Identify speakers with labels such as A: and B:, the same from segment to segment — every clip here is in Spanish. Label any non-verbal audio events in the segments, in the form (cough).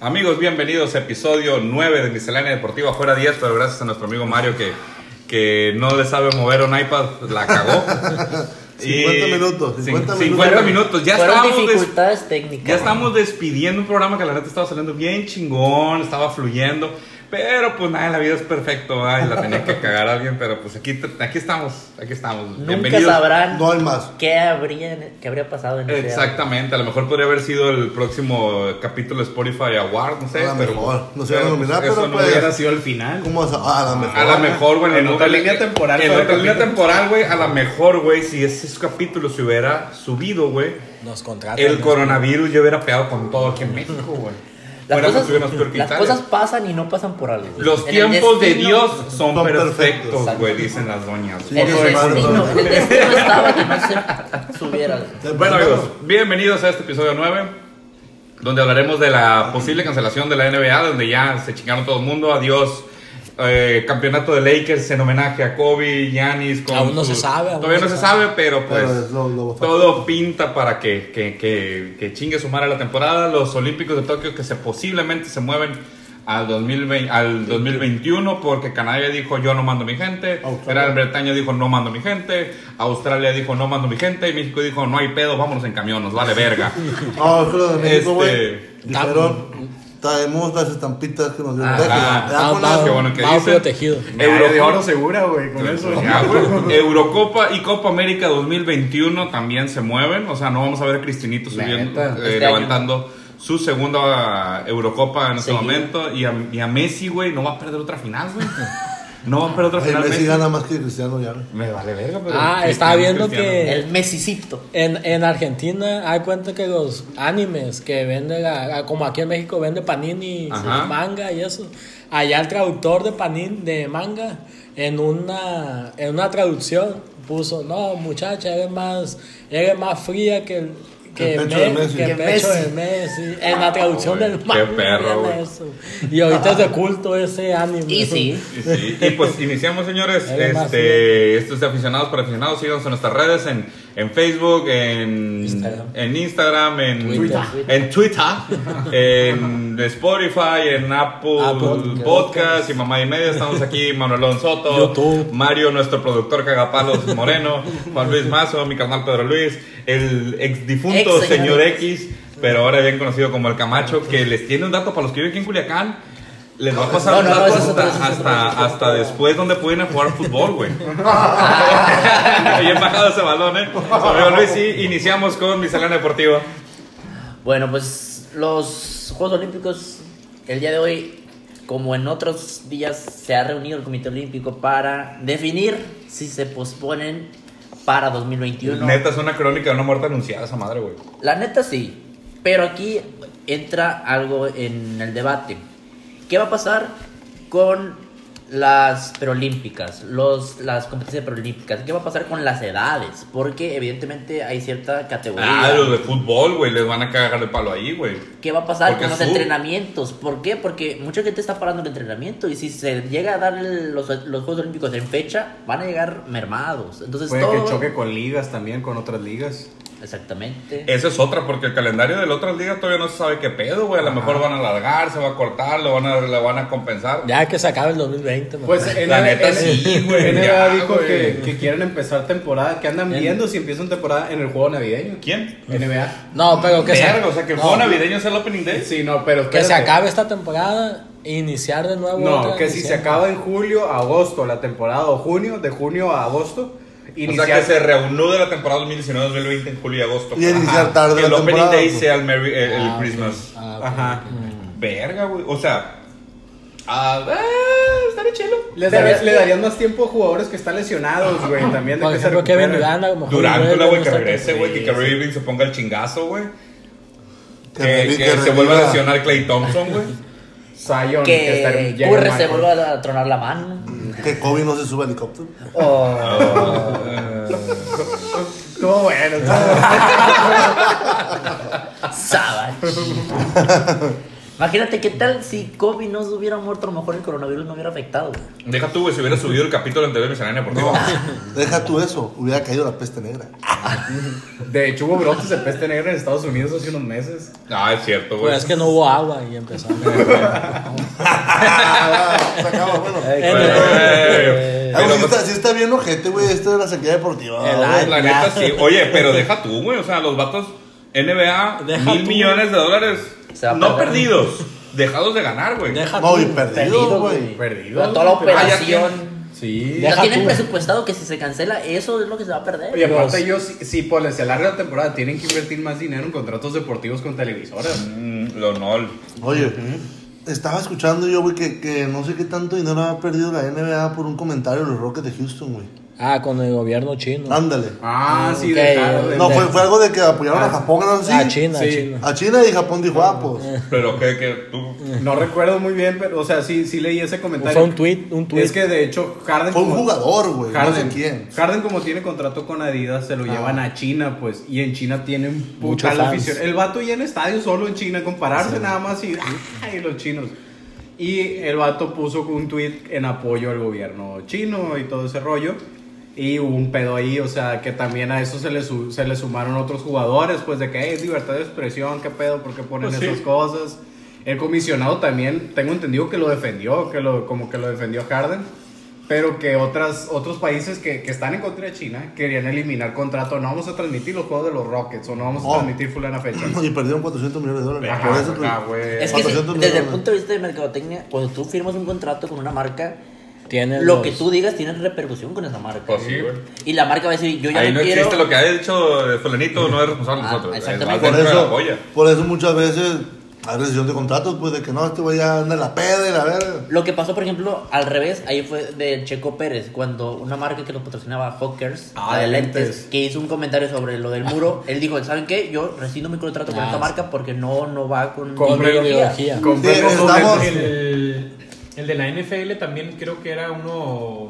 A: Amigos, bienvenidos a episodio 9 de Miscelánea Deportiva Fuera 10, pero gracias a nuestro amigo Mario que, que no le sabe mover un iPad, la cagó.
B: 50 minutos, 50
A: cin- 50
B: minutos.
A: minutos. Pues Ya
C: Fueron
A: estábamos, des-
C: dificultades técnicas.
A: ya estábamos despidiendo un programa que la neta estaba saliendo bien chingón, estaba fluyendo. Pero pues nada, la vida es perfecto, ay, la tenía que cagar alguien, pero pues aquí, aquí estamos, aquí estamos.
C: Nunca sabrán
B: No hay más.
C: qué habría, qué habría pasado en ese
A: Exactamente, a lo mejor podría haber sido el próximo capítulo Spotify Award, no sé,
B: A lo
A: pero
B: mejor, no se iba a nominar,
A: eso
B: pero,
A: no
B: pues,
A: hubiera
D: Hubiera sido el final.
B: ¿Cómo vas a, a la mejor?
A: A la mejor, güey.
D: En
A: la
D: otra
A: nota-
D: línea temporal,
A: En
D: fue
A: otra
D: el
A: línea
D: capítulo.
A: temporal, güey. A la mejor, güey. Si ese capítulo se hubiera subido, güey.
B: Ah,
E: Nos contratan.
A: El
E: ¿no?
A: coronavirus ya hubiera pegado con todo aquí en México, güey.
C: Las,
A: Fuéramos,
C: cosas,
A: hubiéramos peor que
C: las
A: Italia.
C: cosas pasan y no pasan por algo. güey.
A: Los
C: En el
A: tiempos de
C: destino-
A: Dios son,
B: Son perfectos,
A: perfectos,
C: exacto.
A: güey, dicen las doñas.
B: Sí.
C: En el
B: Por eso,
C: destino,
B: madre.
C: el destino estaba que no se subiera. güey.
B: Te
A: Bueno,
B: presento-
A: amigos, bienvenidos a este episodio 9, donde hablaremos de la posible cancelación de la NBA, donde ya se chingaron todo el mundo. Adiós. eh, campeonato de Lakers en homenaje a Kobe, Giannis. con
E: Aún no se
A: su-
E: sabe, aún
A: Todavía no
E: no
A: se
E: se
A: sabe, pero pues.
B: Pero es lo- lo-
A: Todo pinta para que, que, que, que chingue su madre la temporada. Los Olímpicos de Tokio que se posiblemente se mueven al, 2020, al 2021 porque Canadá dijo yo no mando mi gente,
B: Australia.
A: Gran Bretaña dijo no mando mi gente, Australia dijo no mando mi gente y México dijo no hay pedo, vámonos en camión, nos vale verga.
B: Ah, es que lo de México, güey.
A: Este-
B: Dijeron, traemos las estampitas que nos dio el
A: Ah,
B: Teque.
A: ah,
B: Ya con
E: ah,
B: las-
A: Qué bueno que
E: Mau
A: dice.
E: protegido.
A: Eurocopa-
D: de oro segura, güey, con eso.
A: Ya, güey. Eurocopa y Copa América 2021 también se mueven. O sea, no vamos a ver a Cristinito
D: La
A: subiendo,
D: neta.
A: eh,
C: Este
A: levantando su segunda Eurocopa en este
C: Seguido.
A: momento. Y a, y a Messi, güey, no va a perder otra final, güey. No va a perder otra
B: Ay,
A: final.
B: Messi
A: Messi.
B: gana más que Cristiano ya. güey.
A: Me vale verga, pero.
E: Ah,
A: Cristiano,
E: estaba viendo
A: Cristiano.
E: que-
C: El mesicito.
E: En, en Argentina hay cuenta que los animes que vende, la- como aquí en México vende panini,
A: Ajá.
E: manga y eso, allá el traductor de panini, de manga, en una, en una traducción puso, no muchacha, eres más, eres más fría que el, que
B: El pecho de
E: Me-
B: Messi.
E: que el
C: Que
E: pecho
C: Messi.
E: de Messi. En la traducción
A: güey,
E: del
A: qué
E: manga.
A: perro,
E: viene
A: güey.
E: eso. Y ahorita es de culto ese anime.
C: Y sí.
A: Y, sí, y pues iniciamos, señores.
E: Hay más,
A: Este, esto es de aficionados para aficionados. Síganos en nuestras redes: en, en Facebook, en
E: Instagram.
A: en, Instagram, en
E: Twitter.
A: en, Twitter, en Spotify, en Apple,
E: Apple
A: Podcast y Mamá y Media. Estamos aquí: Manuelón Soto,
E: YouTube.
A: Mario, nuestro productor Cagapalos Moreno, Juan Luis Mazo, mi canal Pedro Luis, el ex difunto
C: Ex
A: señor
C: señor
A: X, pero ahora bien conocido como el Camacho, que les tiene un dato para los que viven aquí en Culiacán. Les va a pasar
C: No,
A: un
C: no, no,
A: dato
C: eso es
A: hasta,
C: otra, eso es
A: hasta,
C: otra.
A: hasta después donde pueden jugar fútbol,
C: (laughs)
A: güey. Bien bajado ese balón, ¿eh? Sobre Luis y iniciamos con Miscelánea Deportiva.
C: Bueno, pues los Juegos Olímpicos el día de hoy, como en otros días, se ha reunido el Comité Olímpico para definir si se posponen para 2021.
A: Neta, es una crónica de una muerte anunciada esa madre, güey.
C: La neta sí, pero aquí entra algo en el debate. ¿Qué va a pasar con las preolímpicas, los, las competencias preolímpicas? ¿Qué va a pasar con las edades? Porque evidentemente hay cierta categoría.
A: Ah, los de fútbol, güey, les van a cagar el palo ahí, güey.
C: ¿Qué va a pasar
A: Porque
C: con los
A: es sur.
C: entrenamientos? ¿Por qué? Porque mucha gente está parando el entrenamiento y si se llega a dar el- los, los Juegos Olímpicos en fecha, van a llegar mermados. Entonces
D: Puede
C: todo...
D: que choque con ligas también, con otras ligas.
C: Exactamente.
D: Eh,
A: Esa es otra, porque el calendario de la otra liga todavía no se sabe qué pedo, güey. A lo mejor van a alargar, se va a cortar, lo van a, lo van a compensar.
E: Ya que se acabe el 2020. mamá.
D: Pues en
A: La neta sí, güey,
D: NBA
A: ya,
D: dijo
A: güey.
D: que, que quieren empezar temporada, que andan
E: En-
D: viendo si empiezan temporada en el juego navideño.
A: ¿Quién?
D: NBA.
E: no, pero que se-
A: Verga, o sea, que el
E: no.
A: juego navideño es el opening day.
D: Sí, no, pero
E: Que se
D: espérate.
E: acabe esta temporada e iniciar de nuevo.
D: No,
E: otra
D: que
E: en
D: si se
E: diciembre.
D: acaba en julio, agosto, la temporada, o junio, de junio a agosto,
A: O sea,
D: iniciar
A: que se reanude la temporada 2019-2020 en julio y agosto.
B: Y iniciar
A: Ajá.
B: tarde
A: Que
B: la
A: el opening
B: temporada,
A: day
B: pues.
A: sea el, Merry- eh, el
E: Ah, ok.
A: Christmas.
E: Ah, ok.
D: Ajá.
A: Verga, güey. O sea, ah, ah, estaría chelo.
D: Les
E: Pero
D: daría-
E: es
D: le
E: que-
D: darían más tiempo a jugadores que están lesionados, güey, también de
E: Por
D: que se
E: ejemplo, Kevin
D: recuperen.
E: Durant a lo mejor.
A: Durántula, güey, que
E: esta
A: regrese, güey. Que
E: temporada.
A: Kyrie Irving se ponga el chingazo, güey.
B: Que
A: Que,
B: revi-
A: que
B: que
A: se vuelva a
B: reviva.
A: lesionar Clay Thompson, (laughs) güey.
D: Zion, que está
C: que
D: en-
C: Curry se
D: Michael.
C: vuelva a tronar la mano. Oh.
B: Que Kobe no se suba al helicóptero.
D: Oh.
A: Ah, eh,
D: Estuvo bueno. estuvo bueno.
C: Savage. Imagínate qué tal si Kobe no se hubiera muerto, a lo mejor el coronavirus no hubiera afectado. güey.
A: Deja tú, güey, si hubiera subido el capítulo anterior de Miscelánea
B: No,
A: Deportiva.
B: deja tú eso. Hubiera caído la
A: (laughs)
B: peste negra.
D: De hecho, hubo brotes de peste negra en Estados Unidos hace unos meses.
A: Ah, es cierto, güey.
E: Pues es que no hubo agua y empezamos.
A: (laughs)
B: Ah, se acaba, bueno.
A: Güey,
E: Eh,
B: Ah,
A: eh, pero, pues,
B: sí, está, sí está bien ojete, güey. Esto de la sequía deportiva.
E: El
B: Ah, güey.
E: aire.
A: La neta sí. Oye, pero deja tú, güey. O sea, los vatos NBA,
E: Deja
A: mil
E: tú.
A: millones de dólares.
C: Se va a
A: No
C: perder.
A: perdidos, dejados de ganar, güey.
E: Deja
B: No, y
E: tú.
B: perdido, güey.
D: Perdido.
C: Con toda la
A: Ah, ya
C: operación.
D: Sí.
C: Ya
E: Ya. Deja
C: tienen
E: tú.
C: presupuestado que si se cancela, eso es lo que se va a perder.
A: eh,
D: Y aparte
E: Dios.
D: ellos, si, si por se alarga la temporada, tienen que invertir más dinero en contratos deportivos con televisoras.
A: Mm, lo no.
B: Oye, estaba escuchando yo, güey, que, que no sé qué tanto dinero ha perdido la NBA por un comentario de los Rockets de Houston, güey.
E: Ah, con el gobierno chino.
B: Ándale.
D: Ah, sí,
E: ok,
D: dejaron de-
B: No, fue, fue algo de que apoyaron a Japón, ¿no? Sí.
E: Ah, China,
D: Sí.
E: China.
B: A China y Japón dijo, ah, pues.
A: Pero que, que
C: (laughs)
A: tú.
D: No recuerdo muy bien, pero, o sea, sí, sí leí ese comentario.
E: Fue un tweet, un tweet.
D: Es que de hecho, Harden.
B: Fue un
D: como-
B: jugador, güey. No sé
D: Harden,
B: quién. (clears throat) Ah.
D: Harden, como tiene contrato con Adidas, se lo llevan a China, pues. Y en China tienen
E: Muchos
D: puta la
E: fans.
D: afición. El vato ya en estadio solo en China, compararse nada más y. ¡Ay, los chinos! Y el vato puso un tweet en apoyo al gobierno chino y todo ese rollo. Y hubo un pedo ahí, o sea, que también a eso se le, su- se le sumaron otros jugadores, pues de que "Ey, es libertad de expresión, qué pedo, por qué ponen
A: Pues sí.
D: esas cosas. El comisionado también, tengo entendido que lo defendió, que lo, como que lo defendió Harden, pero que otras, otros países que, que están en contra de China querían eliminar contrato, no vamos a transmitir los juegos de los Rockets o no vamos a
B: Oh.
D: transmitir fulana fecha.
B: Y perdieron 400 millones de dólares.
A: Ajá,
B: Por eso,
A: ajá,
B: güey.
A: güey.
C: Es que sí,
B: 400
C: desde el
B: millones.
C: punto de vista de mercadotecnia, cuando tú firmas un contrato con una marca,
E: Tiene
C: lo
E: los-
C: que tú digas tiene repercusión con esa marca.
A: Pues sí, güey.
C: Y la marca va a decir, yo ya
A: Ahí
C: no
A: no
C: quiero...
A: existe lo que ha dicho el fulanito, no es responsable de
C: Ah,
A: nosotros.
C: exactamente.
A: Es más
B: por
A: dentro de la
B: eso,
A: polla.
B: por eso muchas veces hay rescisión de contratos, pues de que no, este güey ya anda en la peda y la verga.
C: Lo que pasó, por ejemplo, al revés, ahí fue de Checo Pérez, cuando una marca que nos patrocinaba, Hawkers,
D: Ah,
C: la de
D: de
C: lentes,
D: lentes.
C: que hizo un comentario sobre lo del muro, él dijo, ¿saben qué? Yo rescindo mi contrato con
E: Ah,
C: esta
E: sí.
C: marca porque no, no va con,
E: Con
C: mi
E: ideología.
D: Compremos
B: Sí,
D: los
B: estamos-
D: lentes.
F: El, el de la NFL también creo que era uno.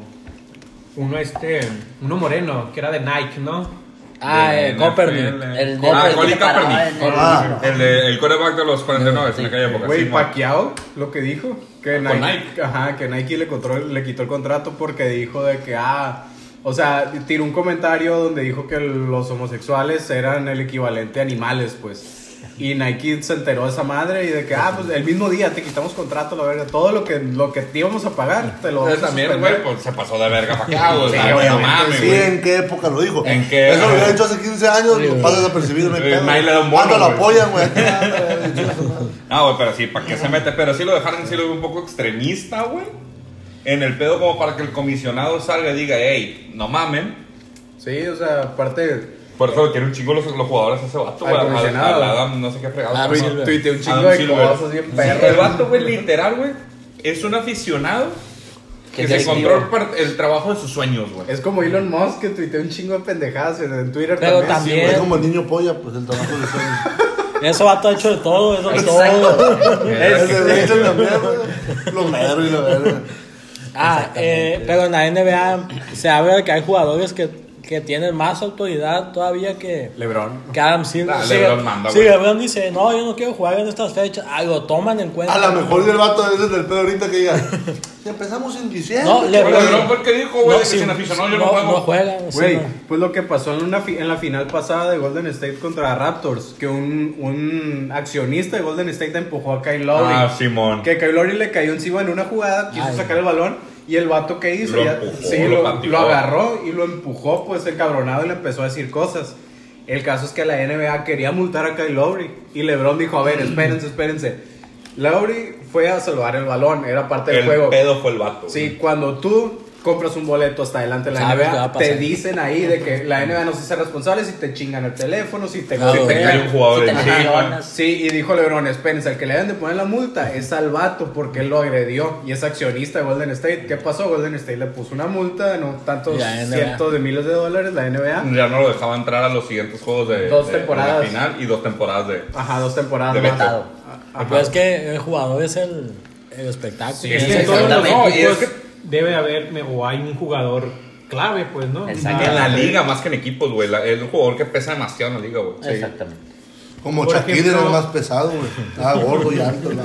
F: Uno este. Uno moreno, que era de Nike, ¿no?
E: Ah,
A: De
E: eh,
A: NFL.
E: Copperman.
C: El
A: Ah,
C: Copperman
A: Colin
C: que paraba
A: Kaepernick.
C: en el-
B: Ah.
A: El, de- el quarterback de los 49
C: Sí.
A: en aquella época.
D: Güey,
A: sí, güey.
D: Pacquiao, lo que dijo, que
A: Ah, Con
D: Nike,
A: Nike.
D: Ajá, que Nike le, control- le quitó el contrato porque dijo de que, ah, o sea, tiró un comentario donde dijo que los homosexuales eran el equivalente a animales, pues. Y Nike se enteró de esa madre y de que, ah, pues el mismo día te quitamos contrato, la verga, todo lo que, lo que te íbamos a pagar, te lo vamos
A: Entonces
D: a
A: también,
D: suspender".
A: güey, pues se pasó de verga para acá, güey.
D: Sí,
A: o sea, no
D: obviamente,
A: Ah, mames,
B: Sí,
A: güey.
B: ¿en qué época lo dijo?
A: ¿En qué?
B: Eso lo hubiera
A: Ajá.
B: hecho hace 15 años, lo pasa desapercibido, no hay
A: Eh,
B: pedo.
A: nadie le da un bono,
B: Cuando lo
A: güey.
B: apoyan, güey. Ah,
A: No, güey, pero sí, ¿para qué se mete? Pero sí lo dejaron sí lo veo un poco extremista, güey. En el pedo como para que el comisionado salga y diga, hey, no mamen.
D: Sí, o sea, aparte,
A: Por eso quiere un chingo los, los jugadores a ese vato,
D: Al
A: güey. al-
D: comisionado.
A: al Adam, no sé qué fregado.
E: Ah,
A: se llama.
E: Silver.
D: tuiteé un chingo
A: Adam
D: de
A: Silver. (laughs)
D: cosas bien
A: Sí, El
D: perras.
A: vato, güey, literal, güey, es un aficionado que, se encontró el, par- el trabajo de sus sueños, güey.
D: Es como Elon Musk que tuiteó un chingo de pendejadas en, en Twitter
E: Pero
D: también.
E: también-
B: Es como el niño polla, pues el trabajo de sueño.
E: Eso va todo hecho de todo, eso de todo.
C: Exacto.
E: (laughs)
A: Eh,
B: Ese güey echa la mierda, Lo mero y la verga.
E: Ah, eh, pero en la NBA se habla de que hay jugadores que, que tienen más autoridad todavía que,
D: Lebron.
E: que Adam Silver.
A: Ah,
E: Sí,
A: LeBron manda,
E: sí,
A: güey.
E: LeBron dice, no, yo no quiero jugar en estas fechas. Ah, lo toman en cuenta.
B: A lo mejor el vato es el del pedo ahorita que diga. Si empezamos en diciembre.
E: No,
A: Pero
E: LeBron.
A: Lebron fue el que dijo, güey, que
E: sí,
A: sin aficionado yo no
E: no
A: juego.
E: no juega, sí,
D: Güey,
E: no.
D: pues lo que pasó en, una fi- en la final pasada de Golden State contra Raptors, que un, un accionista de Golden State empujó a Kyle Lowry.
A: Ah, Simón.
D: Que Kyle Lowry le cayó encima en una jugada, quiso
E: Ay.
D: sacar el balón y el vato que hizo,
A: Lo
D: Ya-
A: empujó,
D: sí,
A: lo
D: lo,
A: pateó.
D: lo agarró y lo empujó, pues el cabronado y le empezó a decir cosas. El caso es que la NBA quería multar a Kyle Lowry y LeBron dijo, a ver, espérense, espérense. Lowry fue a salvar el balón, era parte del
A: El
D: juego.
A: pedo fue el vato.
D: Sí, cuando tú compras un boleto hasta adelante de la
E: Sabes que va a
D: NBA,
E: pasar.
D: te dicen ahí de que la NBA no se hace responsable si te chingan el teléfono, si te
E: Claro.
A: Se te
D: golpean.
A: cae un jugador
C: Si te
A: encima.
C: lesionas.
D: Sí, y dijo Lebron, espérense, el que le deben de poner la multa es al vato porque él lo agredió y es accionista de Golden State. ¿Qué pasó? Golden State le puso una multa, no tantos
E: Y la NBA.
D: cientos de miles de dólares, la
E: Mm.
D: NBA.
A: Ya no lo dejaba entrar a los siguientes juegos de,
D: Dos
A: de- de
D: temporadas.
A: la final y dos temporadas de.
D: Ajá, dos temporadas
A: De
D: más.
C: vetado.
D: Ajá.
E: Pero es que el jugador es el, el espectáculo.
A: Sí,
E: es el-
F: Y en todos los
C: exactamente.
F: equipos
A: Y es
F: debe haber, me- o hay un jugador clave, pues, ¿no?
A: (laughs)
C: Exacto.
A: En la liga, más que en equipos, güey. la- Es un jugador que pesa demasiado en la liga, güey.
C: Exactamente.
B: Como
F: Por
B: Shakira
F: ejemplo-
B: era el más pesado, güey. Estaba gordo y alto. la-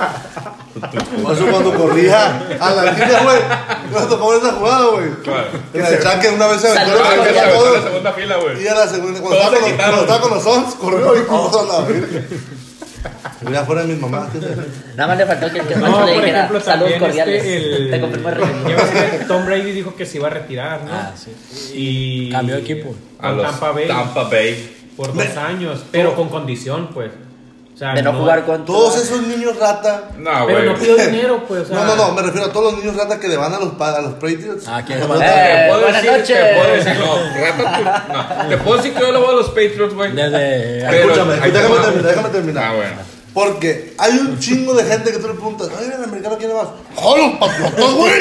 A: Ah,
B: Por eso cuando corría a la línea, güey. Nos tocó esa jugada, güey. En el chaque una vez se aventó
C: Saludos,
A: Ah,
B: la
A: que se
B: línea a
A: aventó en la
B: todos.
A: segunda fila, güey.
B: Y a la segunda, cuando
A: Todos
B: estaba
A: se
B: con los-
A: quitaron. Oh.
B: cuando estaba con los sons, corrió y puso a la verga. Mira afuera de mis mamás. ¿qué sé?
C: Nada más le faltó que el que
F: No,
C: Pancho le
F: por
C: dijera
F: ejemplo,
C: saludos
F: también
C: cordiales.
F: este,
C: (laughs)
F: el...
C: Te confirmo el
F: Ya
C: regaño.
F: ves que Tom Brady dijo que se iba a retirar, ¿no?
E: Ah, sí.
F: Y...
E: Cambió de equipo.
A: A
F: A
A: los
F: Tampa Bay
A: Tampa Bay.
F: por dos años, pero con condición, pues. O sea,
C: De no jugar con
B: Todos
C: (laughs)
B: esos niños rata.
A: No,
F: Pero no
A: güey.
F: pidió dinero, pues. O sea,
B: No, no, no, me refiero a todos los niños rata que le van a los, pa- a los Patriots.
E: Ah, que-
B: Los
C: Eh.
A: Te puedo
C: buenas
A: decir- Te
C: noches.
A: puedo decir, no, rata tú- no. Te puedo decir que yo le voy a los Patriots, güey.
E: Desde.
A: Pero-
B: Escúchame,
A: ahí te
B: déjame
A: va.
B: terminar, déjame
A: Ah,
B: terminar.
A: bueno.
B: Porque hay un chingo de gente que tú le preguntas, ay, el americano quiere más. ¡Oh, los patriotas, güey!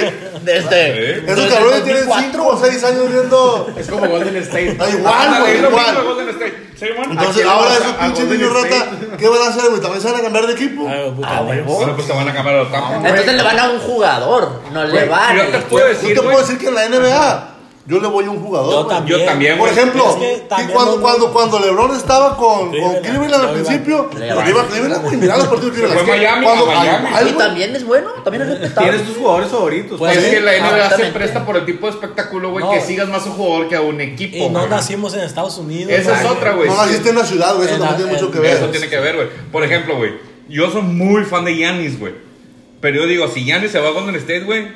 C: Desde.
A: ¿Eh?
B: Esos cabrones tienen 5 o 6 años viendo.
D: Es como Golden
E: (laughs)
D: State.
B: Da
A: Ah,
B: igual,
A: es
B: güey,
A: lo mismo de
B: igual.
A: Golden State. Sí, bueno.
B: Entonces,
A: este- Aquí
B: ahora
A: vamos
B: esos
A: a- a
B: pinches
A: Golden
B: niños
A: State.
B: rata, ¿qué van a hacer, güey? ¿También se van a cambiar de equipo?
E: Ah, puta,
C: Ah,
E: güey.
C: huevo.
A: Bueno, pues se van a cambiar los Tampa Bay.
C: Entonces le van a un jugador, no le
A: Güey,
C: van.
A: yo te puedo
B: Yo te
A: decir, güey.
B: puedo decir que en la NBA yo le voy a un
E: Yo
B: jugador. güey.
E: también.
A: Yo también,
B: Por
A: güey.
B: ejemplo,
E: Es que
B: que
E: también
B: cuando,
E: no-
B: cuando, cuando LeBron estaba con, con
E: Cleveland,
B: Cleveland al
E: Cleveland.
B: principio,
C: Cleveland.
B: pues iba a Cleveland, güey, mirá los partidos de
A: Se
B: Cleveland.
A: fue
B: Es que
A: Miami,
B: cuando-
A: a Miami.
B: ay, ay,
C: Y
B: güey,
C: también es bueno, también es respetable.
D: Tienes tus jugadores favoritos.
E: Pues
A: es
E: sí.
A: que la NBA se
C: Exactamente.
A: presta por el tipo de espectáculo, güey,
E: No.
A: que sigas más a un jugador que a un equipo.
E: Y no
A: güey.
E: nacimos en Estados Unidos.
A: Esa es
E: güey.
A: otra, güey.
B: No
A: Sí.
B: naciste en la ciudad, güey, eso
E: En
B: también
E: la-
B: tiene mucho que
E: en-
B: ver.
A: Eso tiene que ver, güey. Por ejemplo, güey, yo soy muy fan de Giannis, güey. Pero yo digo, si Giannis se va a Golden State, güey,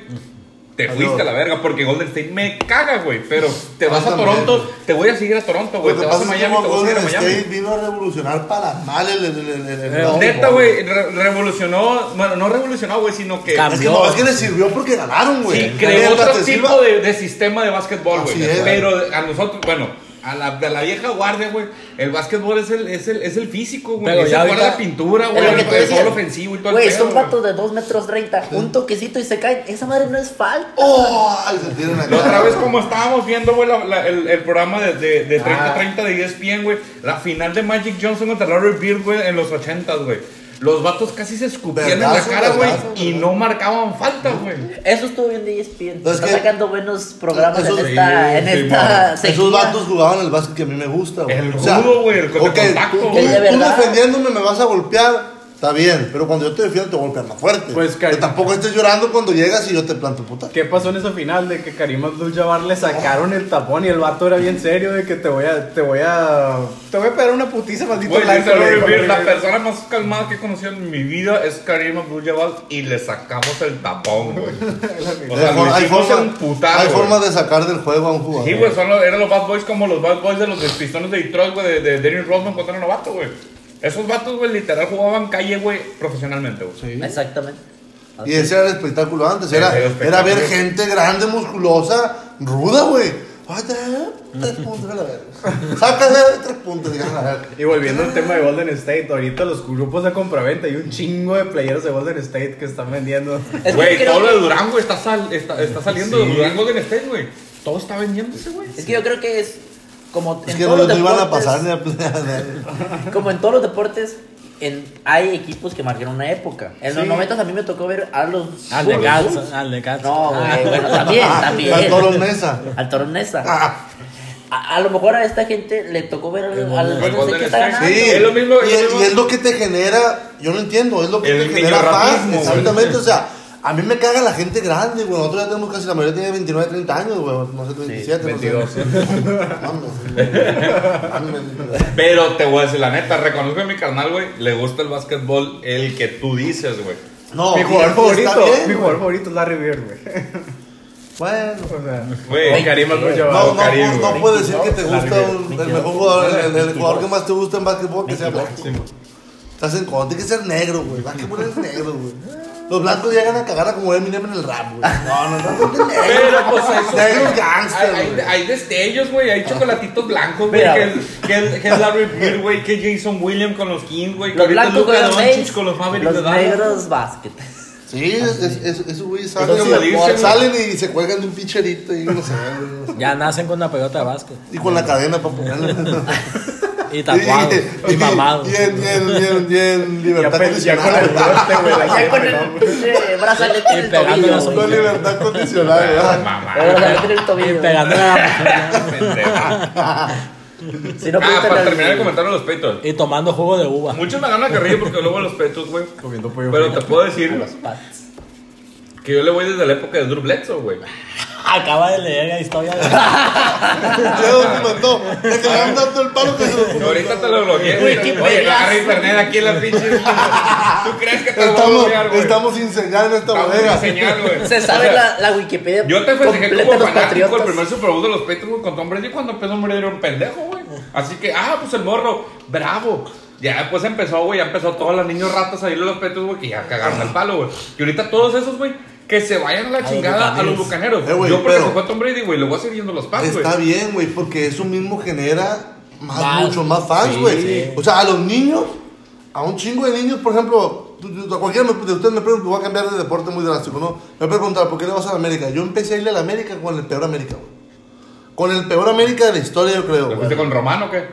A: te
B: Adiós.
A: fuiste a la verga porque Golden State me caga, güey. Pero te
B: Ah,
A: vas a
B: también,
A: Toronto, te voy a seguir a Toronto, güey.
B: Lo
A: Te
B: que
A: vas a
B: pasa es que
A: Miami, te voy a
B: Golden
A: seguir a Miami.
B: State vino a revolucionar para mal el. el, el, el- el-
E: Eh,
A: Neta, güey, re- revolucionó, bueno, no revolucionó, güey, sino que
E: Cam-
B: Es que no, es que le sirvió porque ganaron, güey.
A: sí, creó
B: Mientras
A: otro
B: te
A: tipo
B: sirva-
A: de, de sistema de básquetbol, güey.
B: Así es.
A: Pero a nosotros, bueno, a la, de la vieja guardia, güey, el básquetbol es el, es el, es el físico, güey.
E: Pero
A: Es
E: ya
A: el jugar
E: ahorita-
A: la pintura,
C: Es
A: güey,
C: lo que
A: el
C: tú
A: juego
C: decías.
A: ofensivo y todo
C: Güey,
A: el pedo,
C: son
A: güey.
C: patos de 2 metros 30, un toquecito y se caen. Esa madre no es falta.
B: ¡Oh! Ay, se tiran acá.
A: La otra vez como estábamos viendo, güey, la- la- el, el programa de, de, de 30
D: Ah.
A: 30 de E ESPN, güey, la final de Magic Johnson contra Larry Bird, güey, en los 80, güey. Los vatos casi se escupían
B: Vergazo,
A: en la cara, güey,
B: vergazo,
A: y
B: vergazo.
A: no marcaban falta, güey.
C: Eso estuvo bien de ESPN.
B: Es
C: Está
B: que-
C: sacando buenos programas
B: Esos-
C: en esta,
A: sí,
C: en
A: sí,
C: esta sequía.
B: Esos vatos jugaban el básquet que a mí me gusta, güey.
A: El rudo, güey, el con el
B: ok,
A: contacto,
B: tú,
A: güey.
B: tú-
C: El de
B: tú
C: verdad.
B: defendiéndome me vas a golpear, está bien. Pero cuando yo te defiendo, te voy a golpear más fuerte.
D: Pues,
B: que
D: Karim.
B: tampoco estés llorando cuando llegas y yo te planto puta.
D: ¿Qué pasó en esa final de que Karim Abdul-Jabbar le sacaron el tapón y el vato era bien serio de que te voy a te voy a te voy a pegar una putiza maldito
A: Güey,
D: blanco?
A: dice
D: le
A: Larry
D: dijo,
A: Bird, la
D: güey.
A: persona más calmada que he conocido en mi vida es Karim Abdul-Jabbar y le sacamos el tapón,
D: (laughs)
A: güey. O sea,
B: Hay for-
A: lo
B: hay
A: hicimos
B: forma-
A: emputar,
B: hay
A: güey.
B: formas de sacar del juego a un jugador.
A: Sí, güey, son los- eran los Bad Boys como los Bad Boys de los Pistones de Detroit, güey, de, de Dennis Rodman contra un novato, güey. Esos vatos, güey, literal jugaban calle, güey, profesionalmente, güey.
C: Exactamente.
B: Y ese era el espectáculo antes,
A: Ese
B: era,
A: era el
B: era
A: espectáculo.
B: ver gente grande, musculosa, ruda, güey. Ay, te- Tres
A: (laughs)
B: puntos, a la verga. Sácale tres puntos, digan, a la verga.
D: Y volviendo al tema de Golden State, ahorita los grupos de compraventa hay un chingo de playeros de Golden State que están vendiendo.
C: Es que
A: Güey,
C: creo
A: todo lo
C: que-
A: de Durango está, sal- está, está saliendo de Durango del State, güey. Todo está vendiéndose, güey.
C: Es que yo creo que es como
B: Es
C: en
B: que no,
C: todos
B: no
C: los
B: iban a
C: deportes,
B: pasar ni a (laughs) planear.
C: como en todos los deportes, en- hay equipos que marcaron una época. En los
D: Sí.
C: momentos a mí me tocó ver a los
E: Al Ah, de Cats, al de Cats.
C: No,
E: Ah,
C: güey, bueno, también, también.
B: La Toro Mesa.
C: Al Toronesa. A, a lo mejor a esta gente le tocó ver al, al,
A: El
C: Golden State
A: Golden
C: que está
A: State.
C: ganando.
B: Sí,
A: Es lo mismo,
B: y,
A: es lo
B: es,
A: mismo.
B: y es lo que te genera, yo no entiendo, es lo que
A: El
B: te genera paz.
A: millonarismo, güey.
B: Exactamente, o sea, a mí me caga la gente grande, güey. Nosotros ya tenemos casi la mayoría tiene 29, 30 años, güey. No sé, 27, no
A: 22.
B: sé. Mames, güey.
A: Pero te voy a decir la neta, reconozco a mi carnal, güey, le gusta el básquetbol el que tú dices, güey.
B: (laughs) No,
D: mi jugador
B: está
D: favorito,
B: bien,
D: mi
B: güey.
D: jugador favorito es Larry Bird, güey. (laughs)
B: Bueno.
D: O sea,
A: Güey,
D: o Karim Abdul-Jabbar.
B: No, no,
A: Karim,
B: no,
A: güey.
B: no puedes decir que te gusta un- el mejor jugador, el, el- el jugador que más te gusta en básquetbol, que sea blanco. Estás en contra, tiene que ser negro, güey. Básquetbol es negro, güey. Los blancos llegan a cagar a como Eminem en el rap, güey. No, no, no, no, no,
A: Pero pues eso.
B: Negro
A: güey.
B: gangster,
A: Hay, hay-
B: güey.
A: hay destellos, güey.
B: Ah.
A: Hay chocolatitos blancos, güey.
C: Mira.
A: Que, que, que Larry Bird, güey. Que Jason Williams con los Kings, güey. que
C: Los
A: ahorita
C: blancos con
A: Luka
C: los
A: Doncic
C: Knicks,
A: con los Mavericks de
C: los
A: Dallas.
C: negros básquet.
B: Sí, es, es, es, esos güeyes salen,
A: Eso
B: y-
A: se dice,
B: salen y se cuelgan de un picherito y no sé. no sé.
E: Ya nacen con una pelota de básquet.
B: Y con la cadena para ponerle.
E: Y tatuados. y mamados.
B: Y en, y en, y en, y en
D: Ya,
B: libertad
D: pues, ya con el
B: condicional.
D: corte, güey,
B: (laughs)
D: la
C: Ya
D: gente,
C: con
D: ¿no?
C: el pinche brazalete en el
E: Pegando
C: tobillo.
E: las
C: güey.
B: Con (laughs) libertad condicional, ¿verdad?
A: Ah, Mamá.
C: El brazalete en el tobillo.
E: Pegando a la
A: pendejo.
C: Si no,
A: ah,
C: pregúntale
A: para
C: al-
A: terminar de comentar los peitos.
E: Y tomando jugo de uva.
A: Muchos me ganan a carrillo porque luego los peitos, güey.
D: Comiendo pollo
A: Pero te puedo
C: a
A: decir
C: los Pats.
A: que yo le voy desde la época de Drew Bledsoe, güey.
E: Acaba de leer la historia
A: (laughs)
E: de...
B: Se documentó. Le cagaron tanto el palo que se documentó.
A: Ahorita te lo bloqueé.
C: Güey, qué
A: Oye,
C: pedazo.
A: agarra internet aquí en la
B: (laughs)
A: pinche. ¿Tú crees que te lo voy a
B: Estamos,
A: bloquear, güey?
B: estamos sin señal en esta
A: Estamos sin
B: bodega.
A: señal, güey.
C: Se
A: O
C: sabe
A: sea,
C: la, la Wikipedia.
A: Yo te festejé
C: completa
A: como
C: de los
A: fanático el
C: patriotas.
A: primer Super Bowl de los Patriots güey, con Tom Brady cuando empezó a morir un pendejo, güey. Así que, ah, pues el morro, bravo. Ya después empezó, güey, ya empezó todos los niños ratas a ir a los Patriots, güey, que ya cagaron al palo, güey. Y ahorita todos esos, güey, que se vayan a la
E: los
A: chingada a los
E: bucaneros.
A: bucaneros.
B: Eh, güey,
A: Yo porque
B: pero-
A: se fue Tom Brady, güey, le voy a seguir yendo los pasos, güey.
B: Está bien, güey, porque eso mismo genera más,
E: Más.
B: mucho más fans,
E: Sí,
B: güey.
E: sí.
B: O sea, a los niños, a un chingo de niños, por ejemplo, tú- tú- a cualquiera me- de ustedes me pregunta, voy a cambiar de deporte muy drástico, ¿no? Me preguntar, ¿por qué le vas a la América? Yo empecé a irle a la América con el peor América, güey. Con el peor América de la historia, yo creo.
A: ¿Lo
E: (laughs)
B: güey.
A: fuiste con Romano o qué?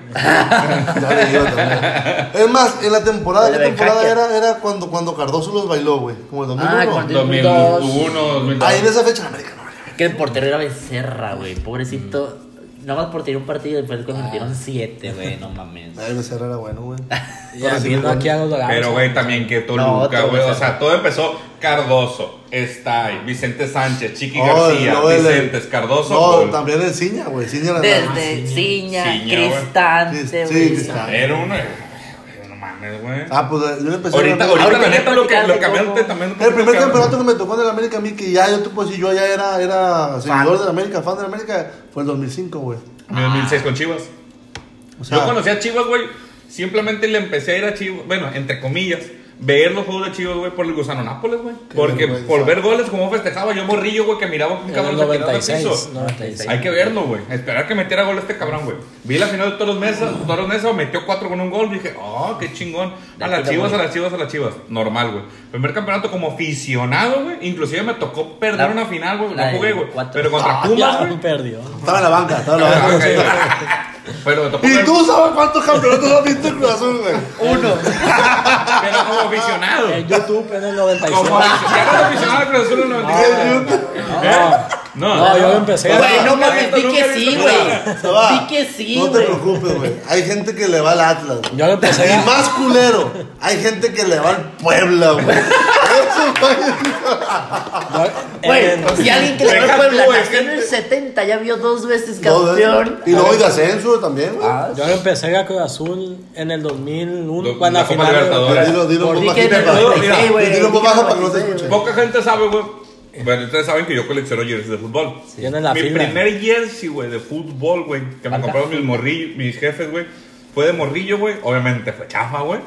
B: Ya le iba también. Es más, en la temporada,
C: El
B: ¿qué
C: de
B: temporada
C: Hacker.
B: era? Era cuando, cuando Cardoso los bailó, güey. Como el 2001.
C: Ah, cuando-
A: 2001, 2002.
B: Ahí en esa fecha, América, no, güey.
C: Que el portero era Becerra, güey. Pobrecito. Nada más por tirar un partido y después
A: Ah.
C: cuando metieron siete, güey. No mames.
B: Ay, Becerra era bueno, güey.
E: (laughs) Ya, viendo aquí a los dorados.
A: Pero, güey, también que Toluca,
C: otro,
A: güey.
C: güey.
A: o sea, todo empezó Cardoso, Stay, Vicente Sánchez, Chiqui
B: Oh,
A: García,
B: no, el-
A: Vicentes, Cardoso.
B: No,
A: gol.
B: también el Ciña, güey. Ciña era
C: Desde
A: Ciña,
C: Ciña,
A: güey.
C: Ah, Cristante,
B: Sí,
C: güey.
B: Cristante.
A: Era uno. eh, güey, No mames, güey.
B: Ah, pues eh, yo le empecé
A: ahorita,
B: a
A: ahorita,
C: ahorita
A: la neta, lo que
C: platicar
A: lo
C: de
A: cambiaste
C: cómo-
A: también.
B: El primer campeonato que me tocó en el América a mí, que ya yo te puedo decir, yo ya era, era seguidor del América, fan del América, fue el 2005, güey.
A: En el 2006 con Chivas.
B: O sea,
A: Yo conocí a Chivas, güey. Simplemente le empecé a ir a Chivas, bueno, entre comillas, ver los juegos de Chivas, güey, por el gusano Nápoles, güey.
B: Qué
A: Porque
B: vergüenza.
A: por ver goles, como festejaba, yo morrillo, güey, que miraba un
E: En el
A: cabrón se tiraba al
E: 96,
A: piso.
E: 96.
A: Hay que verlo, güey. Esperar que metiera gol este cabrón, güey. Vi la final de Toros Mesa, Toros Mesa metió cuatro con un gol. Dije, oh, qué chingón. A las chivas, a las chivas, a las chivas. Normal, güey. Primer campeonato como aficionado, güey. Inclusive me tocó perder
C: La-
A: una final, güey. No
C: la de
A: jugué, güey.
C: cuatro.
A: Pero contra
E: Ah,
A: Pumas,
E: ya,
A: güey.
E: perdió.
B: estaba en la banca, estaba en la
A: Ah, ok,
B: banca.
A: güey. Pero me tocó
B: Y
A: perder-
B: tú sabes cuántos campeonatos has visto en Cruz Azul, güey.
C: Uno.
A: pero como aficionado.
E: (laughs) En YouTube en el 96.
A: Como aficionado. Ya eres aficionado al Cruz Azul en el 96.
E: No,
A: ¿Eh? No,
E: no, yo empecé.
C: Güey, no
A: Nunca he
C: mames,
A: visto,
C: di
A: nunca
C: que
A: he visto
C: sí,
B: Se
C: güey.
B: va.
C: Di que sí,
B: No te
C: güey.
B: preocupes, güey. Hay gente que le va al Atlas. güey.
E: Yo empecé
B: Y
E: a...
B: más culero, hay gente que le va al Puebla,
C: (laughs)
B: güey. Eso, güey.
E: yo- en-
C: Güey, si alguien que le va
A: Deja
C: al Puebla
A: tú,
C: nació en
A: gente.
C: el 70 ya vio dos veces
B: No, güey.
C: campeón.
B: Y luego hay de ascenso también, güey.
C: Ah,
E: Yo empecé a Cruz Azul en el 2001,
A: Do-
E: cuando
A: la
E: a
A: Copa
E: final de-
A: Libertadores.
B: Dilo, dilo,
C: Por
B: por
C: di
B: bajito,
C: que en el
B: para-
C: 96, güey.
B: Y dilo por
C: Di que
B: baja
C: en el
B: para que no se
C: 96,
B: escuche.
A: Poca gente sabe, güey. Bueno, ustedes saben que yo colecciono jerseys de fútbol.
E: Tiene la
A: Mi
E: fila.
A: primer jersey, güey, de fútbol, güey, que me compraron mis morrillos, mis jefes, güey, fue de morrillo, güey. Obviamente fue chafa, güey.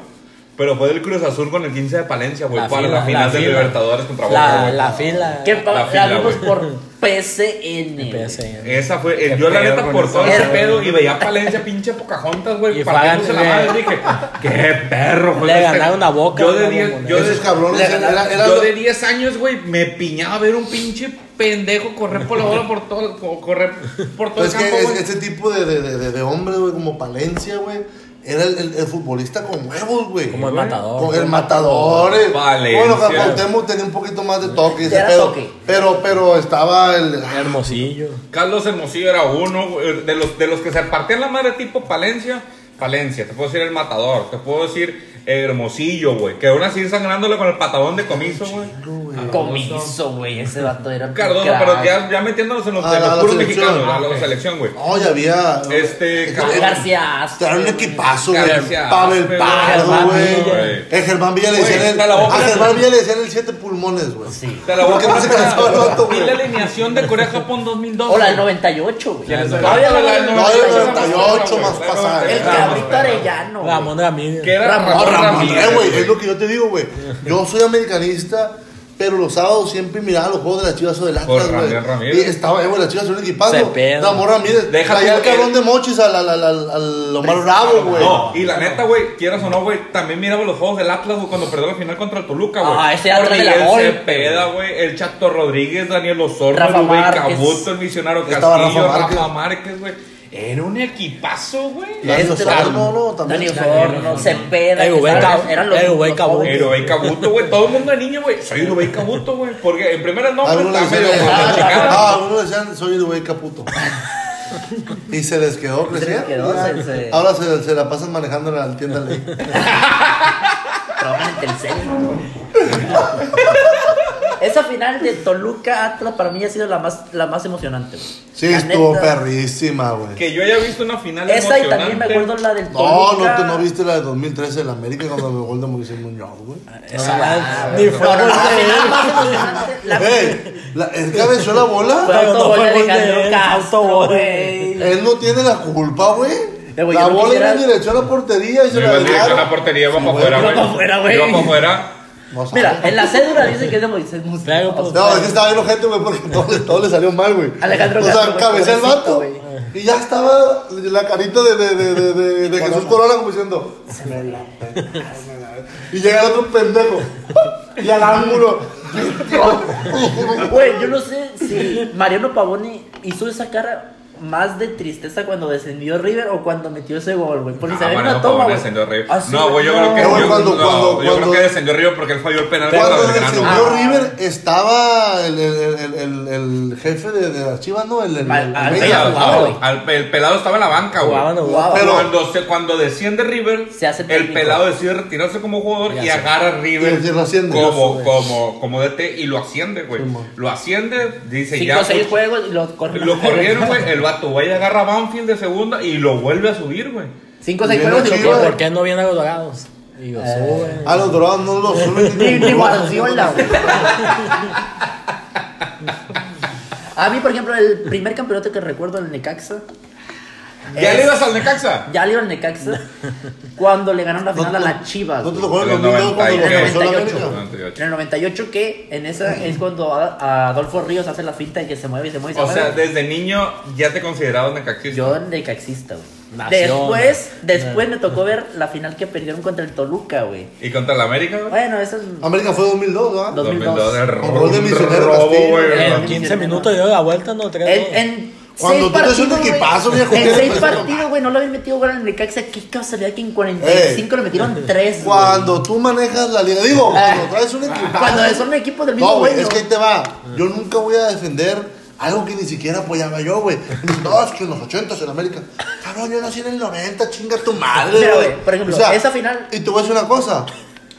A: Pero fue del Cruz Azul con el 15 de Palencia, güey.
E: La
A: ¿Cuál
E: fila,
A: la final
E: la
A: de
E: fila.
A: Libertadores contra Boca,
E: La,
A: güey?
E: la fila.
C: Que
A: La
C: pa-
A: fila,
C: la vimos
A: güey.
C: por PCN. güey.
E: PSN.
A: Esa fue, eh,
F: Qué
A: yo la
F: pedo
A: neta
F: con
A: por
F: esa
A: todo ese
C: madre.
A: pedo y veía a Palencia pinche Pocahontas, güey,
E: Y fue
A: partiéndose
E: a
A: la
E: ganarle.
A: madre. Dije, qué perro, güey.
E: Le ganaron a Boca,
A: Yo de
E: ¿no?
A: 10, yo
B: Esos
A: de,
B: cabrones
A: le
B: era-
A: ganaron-
B: era
A: yo
B: lo-
A: de 10 años, güey, me piñaba ver un pinche pendejo correr por la bola por todo, co- correr por todo
B: Pues
A: el
B: que
A: campo,
B: es-
A: güey.
B: ese tipo de, de, de, de- de hombre, güey, como Palencia, güey, era el, el- el futbolista con huevos, güey.
E: Como el matador.
B: Con el matador. eh.
A: Valencia.
B: Bueno, Cuauhtémoc tenía un poquito más de toque, ese
C: Era
B: pedo.
C: toque.
B: Pero, pero estaba el.
E: Hermosillo.
A: Carlos Hermosillo era uno, güey, de los, de los que se partían la madre tipo Palencia, Palencia, te puedo decir el matador, te puedo decir Hermosillo, güey, que aún así sangrándole con el patadón de comiso, güey. Ah,
C: Comiso, güey. Ese vato era. un
A: Cardoso,
C: crack.
A: pero ya, ya metiéndonos en los,
B: A la-
A: en los
B: a Ah, la
A: puros
B: selección.
A: mexicanos, a
B: Ah,
A: la
F: ok.
A: selección, güey.
B: No, ya había.
A: Este,
B: Eh,
A: cabrón.
C: García Aspe,
B: Era un
C: güey.
B: equipazo, güey.
A: García,
B: Pavel
A: Aspe,
B: Pardo,
E: Germán Villa.
B: güey. El Germán Villa le
A: Güey,
B: decían el.
A: está la boca.
B: A Germán Villa le decían el siete pulmones, güey.
C: Sí.
A: Te la voy a
B: ¿Por qué no se cansó el vato, güey?
A: Vi la alineación de Corea-Japón 2002.
C: O la del 98, güey.
A: ¿Quién es el-
C: Todavía la del
A: No,
B: No,
C: 98.
B: el
A: el
B: 98 más
A: güey.
B: pasado.
C: El cabrito arellano. güey.
E: Ramón Ramírez.
A: Que era
C: Ramón
A: Ramón
B: Ramón,
A: Ramírez,
B: eh, güey, es
A: güey.
B: lo que yo te digo, güey. Yo soy americanista, pero los sábados siempre miraba los juegos de las chivas o del
A: Por
B: Atlas, güey.
A: Ramón Ramírez.
B: Y estaba, eh, güey, las chivas son un equipazo.
E: Cepeda.
B: Ramón Ramírez.
A: Deja
B: Traía
A: tú
B: el
A: que-
B: cabrón de mochis al, al, al, al, al Omar Bravo, güey.
A: No, y la neta, güey, quieras o no, güey, también miraba los juegos del Atlas güey, cuando perdió la final contra el Toluca, güey.
C: Ah, ese Atlas
A: Por
C: de la
A: Miguel
C: gol.
A: Cepeda, güey, el Chato Rodríguez, Daniel Osorno,
C: Rafa
A: Rubén
C: Márquez.
A: Cabuto, el misionero
B: Estaba
A: Castillo,
B: Rafa Márquez.
A: Rafa Márquez, güey. Era un equipazo, güey.
B: Dani
C: Este
B: Osorno, "Ah, no, también.
C: Dani Osorno, Cepeda.
E: El
C: que
E: Ubeca-
C: estaban- Eran los
E: el
C: los
E: Ubeca
C: jóvenes.
A: Urubey Cabuto, güey. Todo el mundo de niño, güey. Soy Urubey Cabuto, güey. Porque en primera nombre
B: Algunos
A: está
B: le
A: medio
B: decían,
A: con la
B: ah,
A: chingada.
C: (laughs)
B: algunos le decían, soy el güey caputo. Y se les quedó
C: Se les
B: creciendo.
C: quedó,
B: ya.
C: se- se-
B: Ahora se, se la pasan manejando en la tienda
C: (laughs)
B: ley.
C: Trabajan en Telcel. Esa final de Toluca Atlas para mí ha sido la más, la más emocionante. güey.
B: Sí,
C: La
B: estuvo
C: neta.
B: perrísima, güey.
A: Que yo haya visto una final
C: Esa y
A: emocionante.
C: también me acuerdo la del
B: No, no,
C: Toluca.
B: te, no viste la de 2013 en América cuando el gol de Moisés Muñoz, güey.
E: Esa
A: Ah,
E: madre,
A: (laughs)
E: ni fue gol
C: La
E: de
C: final
E: él.
C: más emocionante. La
B: ¡Ey! la- ¿Él cabeció la
C: Fue
B: bola?
E: Pero no
C: autogol
E: fue
C: de
E: gol de
C: Alejandro
E: él,
C: Castro,
E: autogol.
C: güey.
B: Él no tiene la culpa, güey.
C: Pero, Pues, Eh, güey,
B: La
C: yo no
B: bola iba en
C: quisiera-
B: dirección a la portería y se
A: Yo
B: la
A: iba directo a
B: dejaron.
A: la portería, iba para
B: güey,
A: afuera,
C: iba
A: güey.
C: para afuera, güey.
A: Iba para afuera.
B: No sabe.
C: Mira, en la cédula dice que es de Moisés Musa.
E: Claro, pues.
B: No, es que estaba bien gente, güey, porque todo, le- todo le salió mal, güey.
C: Alejandro
B: O sea,
C: Castro, güey,
B: cabecea el vato.
C: pobrecito,
B: Y ya estaba la carita de, de, de, de, de- de Jesús Corona como diciendo. "Se me la pela". Y llega el otro pendejo. Y al
C: (laughs)
B: ángulo. (laughs)
E: pues.
C: Güey, yo no sé si Mariano Pavoni hizo esa cara más de tristeza cuando descendió River o cuando metió ese gol, güey. Porque se
A: Ah,
C: ve
A: bueno,
C: una
A: no, pobre,
C: toma, güey. Ah,
A: descendió River.
C: Así,
A: no, güey, yo creo que
B: No, güey,
A: yo,
B: cuando-
A: no,
B: cuando-
A: yo creo
B: cuando-
A: que descendió River porque él falló el penal contra
B: Cuando
A: Belgrano.
B: descendió
A: Ah,
B: River estaba el, el, el, el, el jefe de, de las chivas, ¿no? El, el,
C: Al-
B: el-
C: al-
B: el-
C: Vela
A: pelado,
C: jugaba, güey.
A: al- el pelado estaba en la banca, güey.
E: Jugaban, no
C: Wow.
B: Pero-
A: cuando, se, cuando desciende River,
C: Se hace
A: el
C: técnico.
A: pelado decide retirarse como jugador y agarra a River
B: Y lo asciende.
A: como, como, como DT y lo asciende, güey. Lo asciende, dice
C: Cinco
A: ya.
C: o seis
A: pues,
C: juegos y lo corrieron.
A: Lo corrieron, güey. El vato, güey, agarra a Banfield de segunda y lo vuelve a subir, güey.
C: Cinco o seis
B: Bien,
C: juegos y lo
B: Chivas.
E: ¿Por
C: corrieron.
E: qué no vienen los dorados?
A: Eh,
E: Y yo, sube.
B: A los dorados no los suben.
C: Ni, ni
B: con-
C: Guardiola, güey. A mí, por ejemplo, el primer campeonato que recuerdo del Necaxa.
A: ¿Ya
C: es-
A: le ibas al Necaxa?
C: Ya le iba al Necaxa. Cuando le ganaron la
B: No
C: final
B: te-
C: a las Chivas.
B: No te
C: güey.
B: lo juegan los
A: En el
B: niños cuando lo
A: 98.
B: regresó a la
C: 98.
B: América.
C: En el 98 que en esa es cuando a- a Adolfo Ríos hace la finta y que se mueve y se mueve y se
A: O sea,
C: mueve.
A: desde niño ya te considerabas necaxista.
C: Yo necaxista, güey.
E: Nación.
C: Después, después me tocó ver la final que perdieron contra el Toluca, güey.
A: ¿Y contra la América, güey?
C: Bueno, eso es
B: América fue 2002, ¿verdad?
C: 2002.
A: el
B: Con gol de Misionero
A: robo,
B: Castillo.
A: güey.
E: En
C: Eh,
E: 15 minutos dio la vuelta, no tres.
C: En, en
B: Cuando
C: seis
B: tú te haces un
C: partidos, güey,
B: equipazo, viejo, ¿qué
C: En
B: te
C: seis
B: pasa?
C: partidos, güey, no le habían metido gol al Necaxa. Qué casualidad que en 45
B: (laughs)
C: le metieron 3.
B: Cuando tú manejas la liga, digo, cuando traes un equipo.
C: Ah. Cuando son equipos del mismo
B: No, güey,
C: dueño.
B: es que ahí te va. Yo nunca voy a defender algo que ni siquiera apoyaba yo, güey. No, es que en los 80 en América. Cabrón, yo nací en el 90, chinga tu madre,
C: Mira,
B: güey.
C: güey, por ejemplo, esa final-
B: Y te voy a decir una cosa.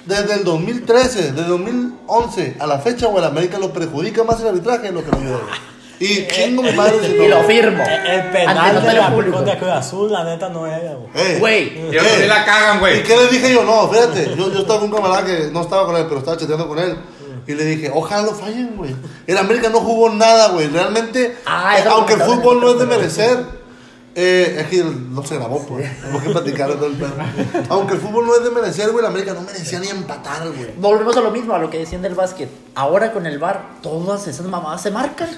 B: Desde el 2013, desde 2011 a la fecha, güey, la América lo perjudica más el arbitraje de lo que lo ayuda, güey. Y chingo mi madre si
C: Eh, Y
B: no.
C: lo firmo.
E: El- El
C: Ante
E: penal de
C: notario
E: la
C: público.
E: contra Cruz Azul, la neta, no era, güey.
B: Eh,
C: Güey,
A: Y ahora
B: eh.
A: sí la cagan,
B: ¿Y
A: güey.
B: qué le dije yo? No, fíjate, yo, yo estaba con un camarada que no estaba con él, pero estaba chateando con él. Y le dije, ojalá lo fallen, güey. El América no jugó nada, güey. Realmente,
C: Ah,
B: eh,
C: eso lo
B: aunque el
C: comentaba
B: fútbol
C: en
B: no
C: el
B: es de
C: otro
B: merecer, eh, es que no se grabó, pues. Tenemos que platicar de todo el pedo. Aunque el fútbol no es de merecer, güey, el América no merecía ni empatar, güey.
C: volvemos a lo mismo, a lo que decían del básquet. Ahora con el bar, todas esas mamadas se marcan.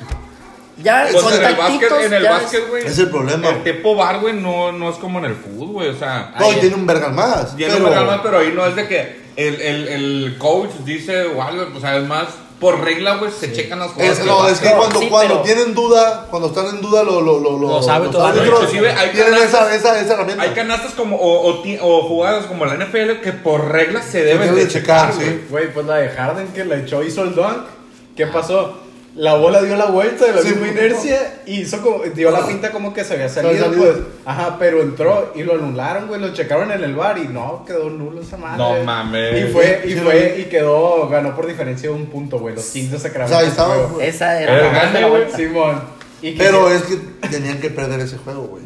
C: Ya,
A: Pues
C: son
A: en el básquet,
C: tactitos,
A: en el
C: ya
A: básquet, güey.
B: Es el problema,
A: El
B: güey.
A: tipo bar, güey, no, no es como en el fútbol, güey. O sea,
C: Ah,
B: No, y
A: ahí-
B: tiene un vergal más.
A: tiene
B: pero-
A: un vergal más, pero ahí no es de que el, el, el coach dice o algo, o sea, es más, por regla, güey, se checan las cosas.
B: Es, no, es que
C: Pero-
B: cuando,
C: sí,
B: cuando
C: pero-
B: tienen duda, cuando están en duda lo- lo- lo- lo-
E: Los árbitros.
A: Inclusive hay
B: tienen
A: canastas-
B: esa, esa, esa herramienta.
A: Hay canastas como, o, o ti- o jugadas como la NFL que por regla se deben
B: debe
A: de checar,
B: checar,
A: güey.
D: Güey, pues la de Harden que la echó, hizo el dunk. ¿Qué pasó? La bola dio la vuelta de la
B: Sí,
D: misma
B: no.
D: inercia y hizo como, dio la pinta como que se había salido,
B: había salido.
D: pues. Ajá, pero entró y lo anularon, güey, lo checaron en el bar y no, quedó nulo esa madre.
A: No mames.
D: Y fue, y
B: Sí, lo
D: fue, y quedó, ganó por diferencia de un punto, güey, los Kings de
B: o
D: Sacramento.
B: sea, estaba-
D: güey.
C: Esa era
A: Pero
C: la más
A: gane,
C: de la
A: güey,
C: vuelta.
D: Simón. Y que-
B: Pero es que tenían que perder ese juego, güey.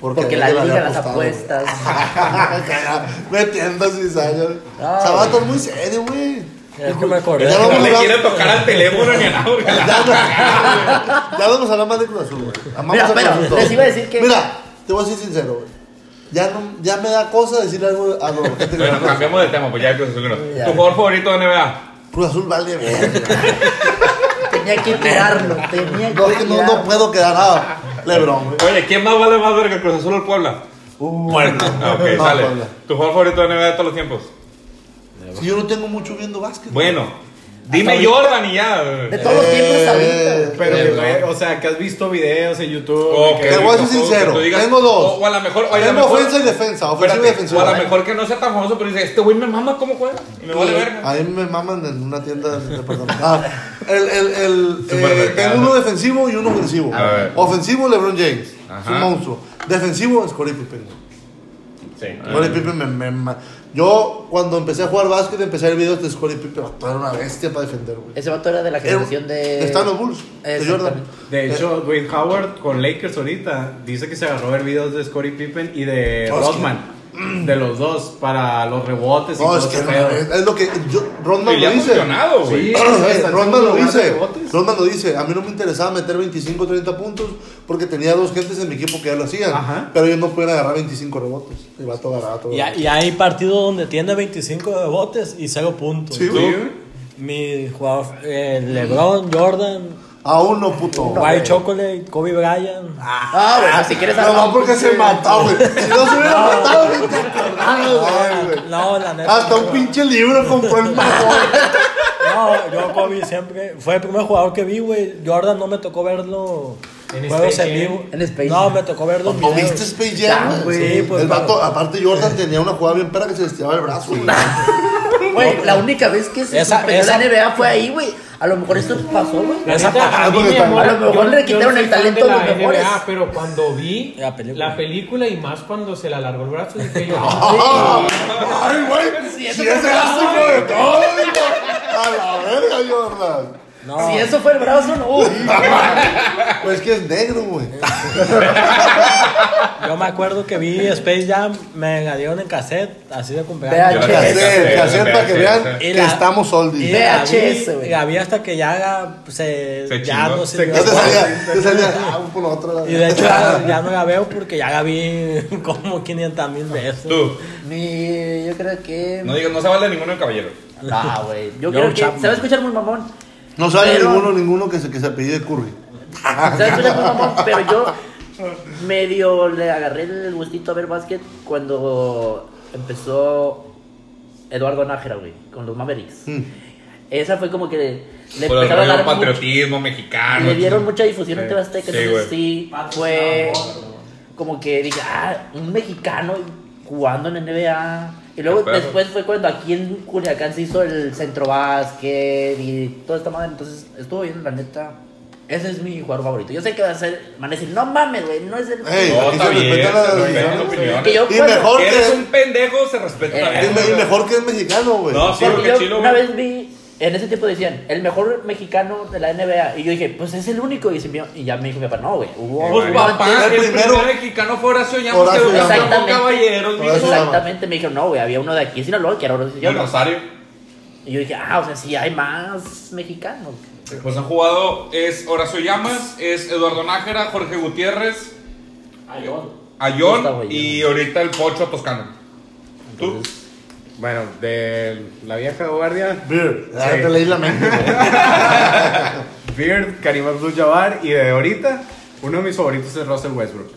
C: Porque la
B: alguien le
C: liga,
B: había
C: las
B: apostado, güey. (laughs)
C: apuestas.
B: Metiendo cizaña.
C: Ah,
B: Sabato es muy serio, güey.
E: Es que me acordé.
B: Ya
A: No
B: vamos a
A: le
B: hablar-
A: quiere tocar al teléfono ni a nada, güey.
B: (laughs) Ya no- ya vamos a hablar más de Cruz Azul, güey. Amamos
C: Mira,
B: a Cruz
C: pero
B: Azul.
C: les iba a decir que-
B: Mira, te voy a ser sincero, güey. Ya, no, ya me da cosa decir algo a los que te
A: Bueno, cambiamos de tema, pues ya Cruz Azul. ¿no?
C: Ya.
A: ¿Tu jugador favorito de NBA?
B: Cruz Azul vale
C: (laughs)
B: verga.
C: Tenía que tirarlo, tenía que
B: (laughs) No, es que no,
C: tirarlo.
B: no puedo quedar nada. Lebron, güey.
A: Oye, ¿quién más vale más verga, Cruz Azul o el Puebla?
B: Bueno,
A: Ah, ok,
B: no,
A: sale.
B: Puebla.
A: ¿Tu jugador favorito de NBA de todos los tiempos?
B: Si yo no tengo mucho viendo básquet.
A: Bueno, dime Jordan y ya.
C: De todos los tiempos es ahorita.
D: Pero,
A: Eh,
D: que fue- o sea, que has visto videos en YouTube.
A: O Oh, que-
D: de
B: Te voy a ser
A: o que tú
B: sincero,
A: digas-
B: tengo dos.
A: O, o a lo mejor. O a lo
B: Tengo
A: mejor-
B: ofensa y defensa, ofensiva y
A: espérate,
B: defensiva.
A: O a lo mejor que no sea tan famoso, pero dice: Este güey me mama cómo juega. Y me vale verga.
B: A mí me maman en una tienda de departamental. El, el, el, eh,
A: Supermercado.
B: tengo uno defensivo y uno ofensivo.
A: A ver.
B: Ofensivo LeBron James. Es un
A: Ajá.
B: monstruo. Defensivo es Corey Pippen. güey.
F: Sí.
B: Corey Pippen me, me ma- Yo, cuando empecé a jugar básquet, empecé a ver videos de Corey Pippen. vato, Era una bestia para defender, güey.
C: Ese vato era de la
B: Era-
C: generación de.
B: Está en Eh, los Bulls, de Jordan.
C: Exactamente.
D: De hecho, Dwayne Howard con Lakers ahorita dice que se agarró a ver videos de Scottie Pippen y de
B: Oh, es que-
D: Rodman. De los dos, para los rebotes y
B: No,
D: todo
B: es que
D: ese
B: era
D: pedo.
B: una bestia. es lo que yo, Rodman
A: Y le
B: lo
A: ha
B: dice.
A: funcionado, güey.
B: Eh,
D: Sí, está en
B: Rodman
D: segundo
B: lo
D: lugar de
B: dice,
D: rebotes.
B: Rodman lo dice, a mí no me interesaba meter 25 30 puntos porque tenía dos gentes en mi equipo que ya lo hacían,
D: Ajá.
B: pero ellos no pueden agarrar 25 rebotes, el vato agarraba todo.
E: Y, ha- y hay partidos donde tiene 25 rebotes y 0 puntos.
B: Sí,
D: Sí,
B: güey.
D: güey.
E: Mi jugador, eh, LeBron, Jordan,
B: Aún no, puto.
E: White Chocolate, Kobe Bryant.
C: Ah, bueno, si quieres
B: No,
C: hablar.
B: no, porque se mató, güey. Si no se hubiera matado, ni te acordabas, güey.
E: No, la neta.
B: Hasta un pinche libro compró el mamón.
E: No, yo Kobe siempre. Fue el primer jugador que vi, güey. Jordan no me tocó verlo.
F: En
E: juegos en
F: Space Jam.
E: vivo.
C: En Space
E: No,
C: Jam.
E: me tocó verlo. en
B: ¿No
E: video.
B: viste Space Jam, güey?
E: Sí, pues,
B: el vato, aparte Jordan tenía una jugada bien pera que se estiraba el brazo, güey.
C: Güey, la única vez que se
E: Esa-
C: suspendió
E: esa-
C: la NBA fue ahí, güey. A lo mejor esto pasó, güey.
F: La
E: Esa
F: neta, a mí
B: Ah, porque
F: me
B: está-
F: llamó
C: a
F: la-
C: lo mejor
F: yo-
C: le
F: yo
C: quitaron
F: no soy
C: el
F: fan
C: talento
F: de
C: a los
F: la
C: mejores.
F: NBA, pero cuando vi
E: La película.
F: película y más cuando se le alargó el brazo, dije yo.
C: Ah.
B: Ay, güey. Si ese brazo, güey, de todo, hijo. A la verga, Jordan.
E: No.
C: Si eso fue el brazo, no.
B: Pues es que es negro, güey.
E: Yo me acuerdo que vi Space Jam, me la dieron en cassette, así de
A: Yo
E: cumpleaños.
A: la
B: Que hacer,
A: cassette,
B: que hacer
A: la
B: para que
A: cassette.
B: vean
E: Y
B: que
E: la-
B: estamos
E: Y
B: oldies.
E: la
C: VHS,
E: vi,
C: güey.
E: la vi hasta que ya la- pues, se,
A: Se
E: ya
A: chingó.
E: no
A: Se
E: sirvió.
B: Ya te salía, te salía, ah, por la otra. la-
E: Y de hecho ya, ya no la veo porque ya la vi (laughs) como 500 mil veces.
A: Tú,
C: Mi, yo creo que.
A: no digas, no se vale ninguno el caballero.
C: No, güey. Yo
E: Yo
C: creo que.
E: chamo.
C: Se va a escuchar muy mamón.
B: No sale
C: Pero-
B: ninguno, ninguno que se, que se apellide Curry. (laughs)
C: Se va a escuchar muy mamón, pero yo medio le agarré el gustito a ver básquet cuando empezó Eduardo Nájera, güey, con los Mavericks.
B: Mm.
C: Esa fue como que le,
A: Por el
C: empezaron a
A: rollo
C: dar mucho-
A: patriotismo mexicano.
C: le dieron mucha difusión
A: Sí.
C: en TV Azteca,
A: Sí,
C: entonces
A: güey.
C: sí, fue como que dije, ah, un mexicano jugando en NBA. Y luego
A: Qué perro.
C: después fue cuando aquí en Culiacán se hizo el centro básquet y toda esta madre, entonces estuvo bien, la neta. Ese es mi jugador favorito. Yo sé que va a ser, van a decir, no mames, güey, no es el.
B: Ey,
A: No,
B: aquí
A: está
B: se
A: bien,
B: respetan las
A: se respetan
B: decisiones.
A: las opiniones.
C: que yo,
B: Y
C: cuando-
B: mejor
A: Eres un
B: que.
A: pendejo, se respeta la
C: Eh,
B: Y me- y
A: verga.
B: mejor que es mexicano, güey.
A: No, sí,
C: Porque
A: porque
C: yo
A: chilo,
C: una
A: güey.
C: vez vi, en ese tiempo decían, el mejor mexicano de la NBA. Y yo dije, pues es el único. Y, se me- y ya me dijo mi papá, no, güey, hubo.
A: Pues,
C: hubo
A: papá,
B: el
A: el
B: primero-
A: primero mexicano fue Horacio Llamas, que
B: Horacio
A: duró
B: Llamas.
A: como caballeros,
B: Horacio
A: mijo.
B: Llamas.
C: Exactamente, me dijeron, no, güey, había uno de aquí en Sinaloa que era Horacio
A: Y el
C: Llamas".
A: Rosario.
C: Y yo dije, ah, o sea, sí hay más mexicanos.
A: Pues han jugado es Horacio Llamas, es Eduardo Nájera, Jorge Gutiérrez,
C: Gustavo
A: Ayón
C: Ayón.
A: y ahorita el Pocho Toscano. ¿Tú?
D: Bueno, de la vieja guardia,
B: Beer. Ah,
D: Sí.
B: te leí la mente, güey.
D: Beard, Karim Abdul-Jabbar y de ahorita, uno de mis favoritos es Russell Westbrook.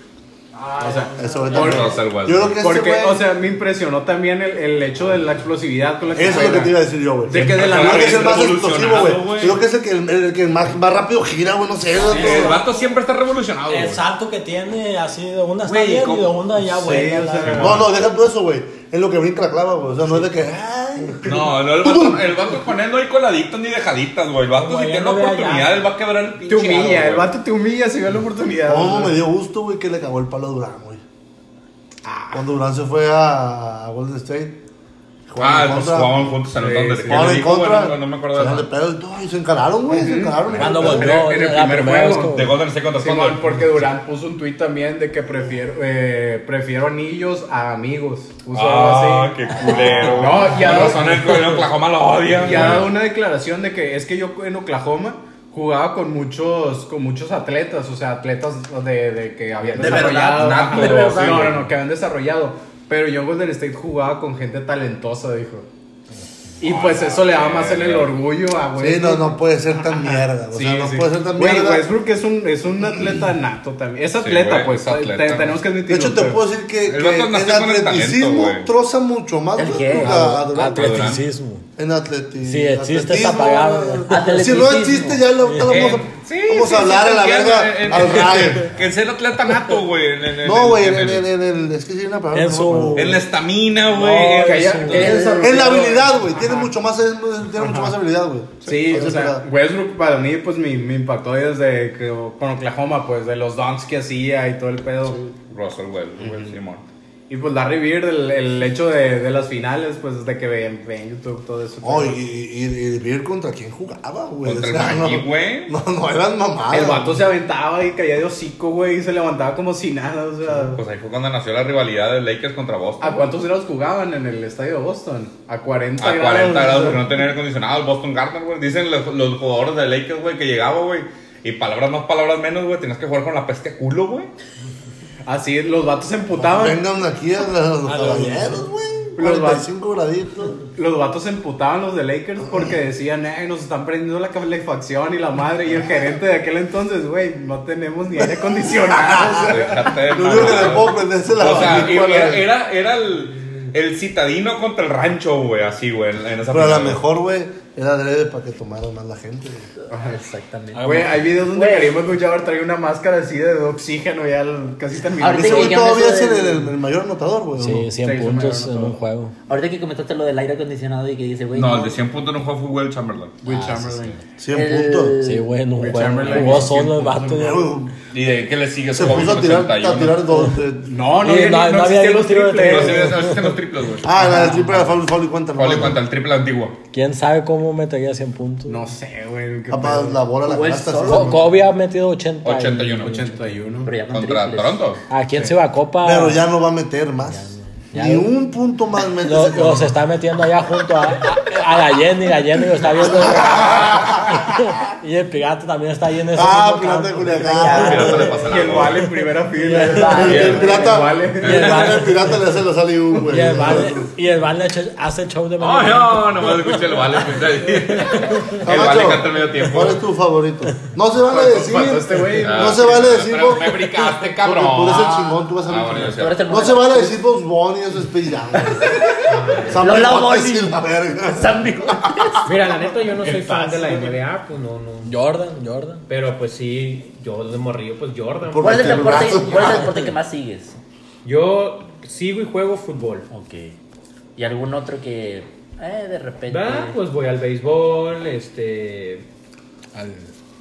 D: O sea,
B: Eso ahorita-
A: Por Russell Westbrook.
B: Yo creo que este
D: porque,
B: güey.
D: o sea, me impresionó también el, el hecho de la explosividad con la que
B: Eso es lo que
D: juega.
B: te iba a decir yo, güey.
D: De que de la
B: Creo
A: Claro,
B: que
D: nada
B: es el más explosivo,
A: revolucionado,
B: güey. Creo que es el que, el, el que más, más rápido gira, güey. No sé.
A: El
B: güey.
A: vato siempre está revolucionado. ah, güey.
E: El salto que tiene así de una está
A: Güey,
E: bien y
A: ¿cómo?
E: de una ya
D: Sí,
E: buena.
D: o
E: la-
D: sea,
B: No, no, deja tú eso, güey. Es lo que brinca la clava, güey. O sea, no es de que. "Ah, Ay.
A: No, no, el vato, el vato con él no hay coladitas ni dejaditas, güey. El vato
E: Como
A: si
E: ya
A: tiene
E: no
A: la
E: vea
A: oportunidad,
E: ya.
A: él va a quebrar el pinche.
D: Te
A: halo,
D: humilla,
A: güey.
D: el vato te humilla si ve la oportunidad.
B: No, me
D: güey.
B: dio gusto, güey, que le cagó el palo a Durán, güey.
E: Ah.
B: Cuando Durán se fue a Golden State.
A: Ah,
B: jugaron en
A: pues
B: contra.
A: jugaban juntos en el
D: Sí,
A: donde
D: sí.
A: que
B: Jugaron
A: le
B: en
A: dijo, güey,
B: contra.
A: no, no me acuerdo de
B: Se
A: nada.
B: de pedo y todo, y se encararon, güey. Se encararon. y
E: Cuando
B: se
E: volvió,
D: En el- en el
E: la
D: primer
E: primera vez
D: juego.
E: que-
A: De Golden State contra Ah,
D: Simón,
A: Portland.
D: porque Durán puso un tuit también de que prefiero, eh, prefiero anillos a amigos. Puso
A: Ah,
D: algo así.
A: qué (laughs) culero.
D: No, ya-
A: Con razón el en Oklahoma lo odia.
D: Y ha dado
A: güey.
D: una declaración de que es que yo en Oklahoma jugaba con muchos con muchos atletas, o sea, atletas de, de que habían
C: De
D: desarrollado.
A: verdad, nato,
D: De verdad.
A: sí.
D: no, no, no, que habían desarrollado. Pero yo en Golden State jugaba con gente talentosa, dijo. Y pues eso le da más en el orgullo a güey.
B: Sí, no, no puede ser tan mierda. O sea,
D: Sí,
B: no
D: sí.
B: puede ser tan
D: Güey,
B: mierda.
A: pues,
D: Westbrook es un, es un atleta nato también. Es atleta,
A: güey,
D: pues.
A: es atleta.
D: te- tenemos que
B: De
D: admitirlo.
B: hecho, te
D: pero-
B: puedo decir que,
A: El
B: que
A: vato
B: en
A: nació con el talento,
B: atleticismo
A: güey.
B: troza mucho más
C: ¿El
B: güey,
C: qué?
B: que a-
D: Ah,
B: a Durán.
E: Atleticismo.
B: En atletismo.
E: Ah, Sí, el chiste está
B: Atletismo,
E: apagado,
B: güey.
C: güey.
B: Si no
C: Atleticismo.
B: existe, ya lo, te lo vamos
A: Eh,
B: a...
A: Sí, eh,
B: Vamos a hablar a la
A: entiendo,
B: verga
A: en-
B: al
A: en-
B: Rai.
A: Que el ser atleta nato, güey. en- en- en-
B: No, güey, en,
A: en-
B: en-
A: en-
B: en- en- es que sí hay una palabra.
E: En
B: no me
E: su-
B: acuerdo.
A: En la estamina, güey.
D: que haya-
A: en-
D: que haya desarrollado-
B: En la habilidad, güey. Tiene mucho más, es- tiene mucho más habilidad, güey.
D: Sí,
B: Así
D: o
B: es
D: sea,
B: verdad.
D: Westbrook para mí pues me, me impactó desde que, con Oklahoma, pues de los dunks que hacía y todo el pedo.
A: Russell, güey, güey, Simón.
D: Y pues Larry Bird, el, el hecho de, de las finales, pues desde que veía en, veía en YouTube todo eso.
B: Oh, y, y, y Beer contra quién jugaba, güey.
A: Contra el
B: O sea, no-
A: Magic, güey.
B: No, no eran mamadas.
D: el vato se aventaba y caía de hocico, güey, y se levantaba como si nada, o sea...
A: Pues ahí fue cuando nació la rivalidad de Lakers contra Boston.
D: ¿A cuántos grados jugaban en el estadio de Boston? A 40
A: A
D: grados.
A: 40 grados
D: o sea.
A: porque no tenía aire acondicionado el Boston Garden, güey. Dicen los, los jugadores de Lakers, güey, que llegaba, güey. Y palabras más, palabras menos, güey. Tenías que jugar con la peste a culo,
B: (laughs)
A: güey.
D: Así los vatos se emputaban.
B: Vengan aquí a los caballeros, güey.
D: Los
B: 45 graditos.
D: Los vatos se emputaban los de Lakers porque decían, eh, nos están prendiendo la calefacción y la madre. Y el gerente de aquel entonces, güey, no tenemos ni aire acondicionado.
E: (laughs)
D: o sea.
A: Déjate de
B: Lo único que le
A: mamadas.
B: puedo prender es el
A: O sea,
B: abanico,
A: era,
B: güey.
A: era, era el, el citadino contra el rancho, güey, así, güey, en, en esa
B: Pero a
A: final,
B: lo
A: güey.
B: mejor, güey, era adrede para que tomara más la gente, güey.
C: Exactamente.
D: Ah, Güey, hay videos donde
C: Güey.
D: queríamos escuchar trae una máscara así de oxígeno ya al- casi terminando.
C: Ahorita
B: Ese güey
C: que llamas
B: todavía es
C: eso
B: el,
C: del-
B: el- el mayor anotador, güey. ¿o
E: Sí,
B: no?
E: 100
D: Sí,
E: puntos
D: se me
E: en
D: ganó
E: un
D: todo.
E: juego.
C: Ahorita que comentaste lo del aire acondicionado y que dice, güey.
A: No, el de 100 puntos no juega fútbol Chamberlain.
E: Ah,
D: Will Chamberlain.
B: 100
C: El-
B: puntos.
E: Sí, güey, en un
D: Will
E: juego.
D: Chamberlain
E: Jugó
D: hizo
E: solo el
D: 100
E: vato. ya.
B: Güey,
A: ¿Y de qué le sigue?
B: Se puso a tirar, a tirar dos. de-
D: No, no,
E: Y
D: había-
E: no-
D: no,
E: no había
D: existían
E: ni
D: los E.
E: tiro de
A: No,
D: triples.
A: sí, no existen los triples, güey.
B: Ah, la del triple era foul, foul y cuenta.
A: Vale, en
B: ¿no?
A: cuanto al triple antiguo.
E: ¿Quién sabe cómo metería 100 puntos?
D: No sé, güey. qué
B: Ah, pa,
D: pedo.
B: la bola la
C: Jugó él
B: canasta. sí,
C: solo.
E: Co-
B: güey.
E: Kobe ha metido 80.
A: 81.
D: 81.
C: Pero ya con
A: Contra
C: triples.
A: Toronto.
E: ¿A quién se va a Copa?
B: Pero ya no va a meter más.
E: Ya,
B: Ni
E: ya.
B: un punto más mete
E: Lo-
B: ese
E: los
B: cabrón.
E: está metiendo allá junto a, a- a la Jenny. La Jenny lo
B: (laughs)
E: está viendo. y el pirata también está ahí en ese.
B: Ah,
E: mismo
B: pirata de
E: campo.
A: El
B: Culiacán.
A: pirata le pasa la
D: Y el
A: bola.
D: vale en primera fila.
E: Y el Vale.
B: Y el pirata,
D: Vale.
B: el pirata- el pirata le hace la sal y un, güey.
E: Y el Vale, y el Vale hace- hace show de
A: Ay,
E: manera.
A: no, nomás escuché el vale. escuché ahí. El
B: Camacho,
A: vale canta al medio tiempo.
B: ¿Cuál es tu favorito? No se vale decir.
D: Mató este güey.
A: Ah,
B: No se vale
A: pero
B: decir,
A: pero
B: vos-
A: Me brincaste,
B: Porque
A: cabrón.
B: tú eres el chingón, tú vas a
A: Ah, bueno,
B: ver.
A: yo
C: Tú eres
A: sé.
C: el
B: No se vale decir Box Bunny, eso es peirán.
C: Lola Bunny.
B: la verga.
C: Zambi-
F: Mira,
C: (laughs)
F: la neta, yo no soy fan de la NBA, pues no, no.
E: Jordan, Jordan.
F: Pero pues sí, yo de morrillo, pues Jordan.
B: Por-
C: ¿Cuál es el
B: Porque
C: deporte,
B: brazo.
C: cuál es el deporte que más sigues?
F: Yo sigo y juego fútbol.
C: Ok. ¿Y algún otro que eh, de repente
F: ¿Va? Pues voy al béisbol, este.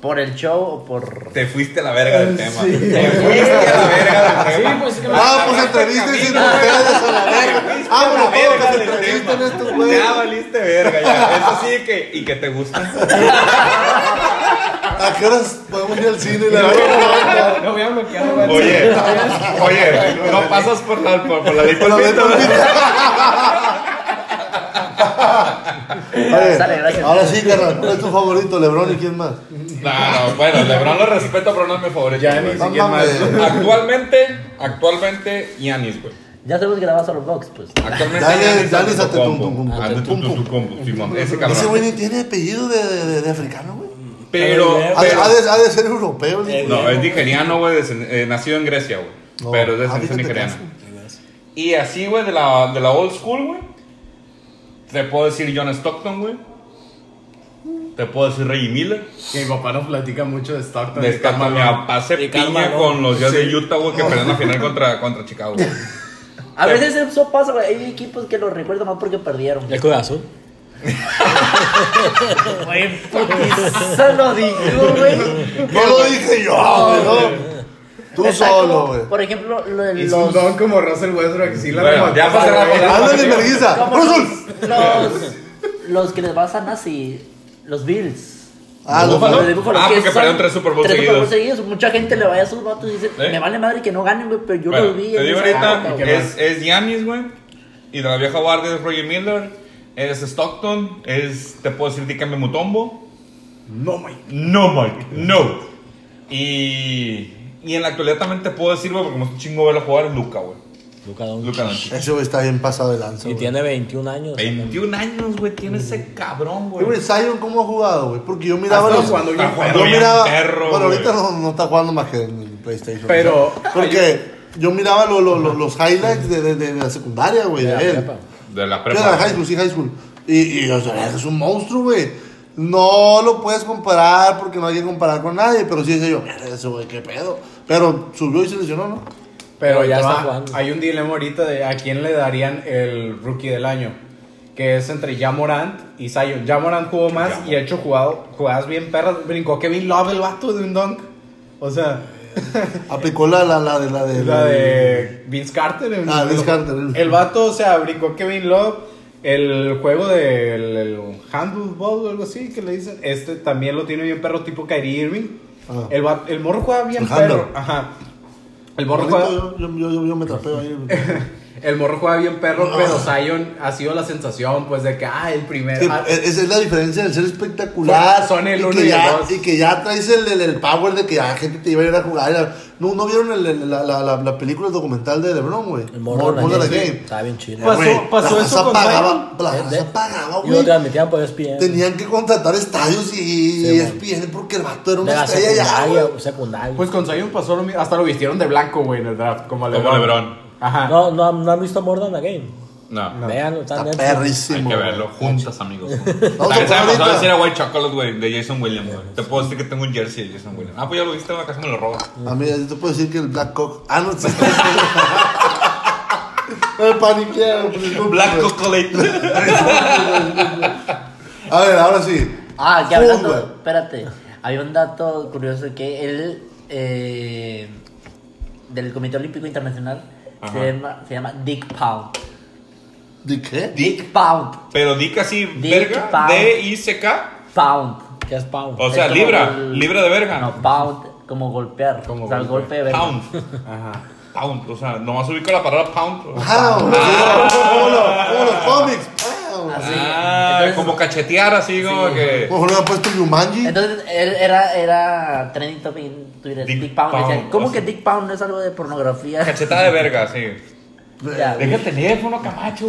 C: por el show o por
A: Te fuiste a la verga del tema. Te fuiste a la verga del
F: Sí,
A: tema.
F: pues es que me-
B: Ah, pues entrevisten sin ustedes a la verga. Ah, bueno, todo que se
A: del
B: entrevisten
A: tema.
B: estos güeyes.
A: Ya valiste verga, ya. Eso sí que. Y que te gusta.
B: ¿A qué horas podemos ir al cine y la verga?
F: No voy a bloquear, güey.
A: Oye, oye, no pasas por la, por, por la ley
B: Pero de
A: polvito,
C: Sale, gracias.
B: Ahora sí, carnal, ¿cuál es tu favorito, Lebron y quién más?
A: No, no, bueno, LeBron lo respeto, pero no es mi favorito.
D: Ya
A: güey.
D: ni siquiera más.
B: Mámame.
A: Actualmente, actualmente, Giannis, güey.
C: Ya sabemos que la vas a los box, pues.
A: Actualmente,
B: Dale, dale,
A: Giannis
B: date
A: Antetokounmpo.
B: tum, tum, tum, tum, tum,
A: Antetokounmpo, Simón, ese
B: Ese güey
A: cabrón.
B: ni tiene apellido de, de, de africano, güey.
A: Pero,
E: Ha de-
B: Ha, de-
A: pero-
B: ha de, ha de ser europeo, güey.
A: no, es nigeriano, güey, desen- eh, nacido en Grecia, güey.
B: No,
A: pero es de
B: ah,
A: ascendencia
B: fíjate
A: nigeriana. Y así, güey, de la, de la old school, güey. Te puedo decir John Stockton, güey. Te puedo decir Reggie Miller.
D: Que mi papá nos platica mucho de Stockton.
A: De esta mi papá se
E: Y
A: piña
E: Carmelo.
A: con los Jazz de Utah, güey, que perdieron la final contra, contra
C: (laughs)
A: Chicago. güey.
C: A veces eso pasa, güey. Hay equipos que lo recuerdan más porque perdieron.
E: El Cruz Azul.
C: Güey, (laughs) Eso lo digo, güey.
B: No lo dije yo, güey, no. Tú
C: Está
B: solo,
C: como,
B: güey.
C: Por ejemplo, lo-
D: Hizo un
C: los,
D: don como Russell Westbrook. Sí, la
A: Bueno,
D: remató,
A: ya para cerrar,
D: güey.
A: ya.
B: Ándale, merguiza.
C: como
B: ¡Russell!
C: los, los, los que les basan así, los Bills.
B: Ah, los
A: Búfalo.
C: Los de Buffalo,
A: Ah,
C: que
A: porque
C: son
A: perdieron tres Super Bowl
C: tres
A: seguidos.
C: Mucha gente le va a esos vatos y dice,
A: ¿Eh?
C: me vale madre que no ganen, güey, pero yo ah,
A: Bueno,
C: los vi.
A: te
C: en
A: digo
C: esa época,
A: ahorita,
C: güey".
A: es, es Giannis, güey. Y de la vieja guardia es Reggie Miller. Es Stockton. Es, te puedo decir, Dikembe Mutombo.
D: No, Mike.
A: No, Mike, no. Y, y en la actualidad también te puedo decir, güey, porque me gusta un chingo verlo jugar, es Luca, güey.
E: Luka Doncic.
A: Luca Doncic.
B: Ese güey está bien pasado de lanza,
E: Y
B: güey.
E: tiene 21 años.
A: 21 años, güey, tiene ese cabrón, güey.
B: Güey, Zion, ¿cómo ha jugado, güey? Porque yo miraba
D: Hasta
B: los...
D: cuando
B: Yo
D: bien
A: jugando bien
B: miraba...
A: perro,
B: bueno,
A: güey.
B: ahorita no, no está jugando más que en el PlayStation.
D: Pero-
B: o sea, Porque yo miraba lo- lo- lo- los highlights de, de- de la secundaria, güey, de él.
A: De la
B: Yo era
A: prepa.
B: high school, sí, high school. Y, y o sea, es un monstruo, güey. No lo puedes comparar porque no hay que comparar con nadie, pero sí dice yo, mira, ese güey, qué pedo. Pero subió y se lesionó, ¿no?
D: Pero
E: Pero ya
D: ya
E: está jugando.
D: Hay un dilema ahorita de a quién le darían el rookie del año. Que es entre Ja Morant y Zion. Ja Morant jugó más y ha hecho jugado, jugadas bien perras. Brincó Kevin Love el vato de un dunk. O sea,
B: Aplicó la, la, la de la de.
D: la de Vince Carter. en-
B: Ah, Vince Carter.
D: El vato, o sea, brincó Kevin Love. El juego del el handball ball o algo así que le dicen. Este también lo tiene bien perro, tipo Kyrie Irving.
B: Ah.
D: El, va- el morro juega bien
B: El
D: perro.
B: handball.
D: Ajá. El morro juega.
B: Yo, yo, yo, yo me trapeo ahí.
D: El morro juega bien perro,
B: Ah.
D: pero Zion ha sido la sensación, pues, de que, ah, el primer...
B: Que
D: ah,
B: e-, Esa es la diferencia del ser espectacular.
D: Son el uno
B: que
D: y el
B: ya-
D: dos.
B: Y que ya traes el, el, el power de que la gente te iba a ir a jugar. Era- No, ¿no vieron el- el- la, la, la, la película documental de LeBron, güey.
E: El morro
B: Mortal
E: de la
B: Game.
E: Game. Estaba bien chido.
F: Pasó-
B: Güey,
F: pasó
B: la
F: eso
B: raza
F: con
B: pagaba, La
E: Eh, de-
B: raza pagaba,
E: Y lo
B: Pues, güey.
E: transmitían por E ESPN.
B: Tenían que contratar estadios y E
E: Sí,
B: ESPN porque el vato era
E: de
B: una
E: la
B: estrella ya, güey.
E: secundaria, secundaria.
D: Pues con Zion pasó lo mismo, hasta lo vistieron de blanco, güey, en el draft, como a
A: Como
D: LeBron.
A: LeBron.
D: Ajá.
E: no, no, han- no han visto Morden la Game.
A: No.
E: Vean,
B: Está
E: está en Netflix.
A: Hay
B: perrísimo.
A: que
B: güey.
A: verlo juntas,
B: (laughs)
A: amigos.
B: Vamos a
A: La que se me
B: poner
A: pasó a
B: ahorita.
A: decir a White Chocolate, güey, de Jason Williams, güey. Te puedo decir que tengo un jersey de Jason Williams. Ah, pues ya lo viste en la casa, me lo robas.
B: A mí, yo te puedo decir que el Black Cock.
A: (laughs)
B: Ah, no, sí. (laughs) Me paniquearon. pues, disculpe,
A: Black
B: güey.
A: Chocolate. (laughs)
B: A ver, ahora sí.
C: Ah, que
B: Fútbol.
C: hablando, espérate, había un dato curioso que él eh, del Comité Olímpico Internacional
A: Ajá.
C: se llama, se llama Dick Pound.
B: ¿De qué?
C: Dick Pound.
A: Pero di casi
C: Dick
A: verga.
C: Pound.
A: D-I-C-K.
C: Pound.
E: Que es Pau.
A: O sea,
C: Es como
A: libra.
C: el-
A: Libra de verga.
C: No, pound como golpear.
D: Como
C: o sea, el
D: golpe.
C: golpe de verga. (laughs)
A: Pound.
D: Ajá.
A: Pound. O sea, nomás ubico la palabra pound.
B: Ah, güey. Como los- como los cómics. Ah, güey.
C: Así.
A: Ah,
C: Entonces-
A: como cachetear así, como que.
B: Ojo, no me ha puesto Yumanji.
C: Entonces él era, era trending topic en Twitter.
A: Dick
C: Dick, Pound.
A: Pound,
C: Decían, ¿Cómo
A: o
C: que
A: sea-
C: Dick Pound es algo de pornografía?
A: Cachetada de verga, sí.
C: (laughs) Ya,
A: Deja el teléfono, Camacho.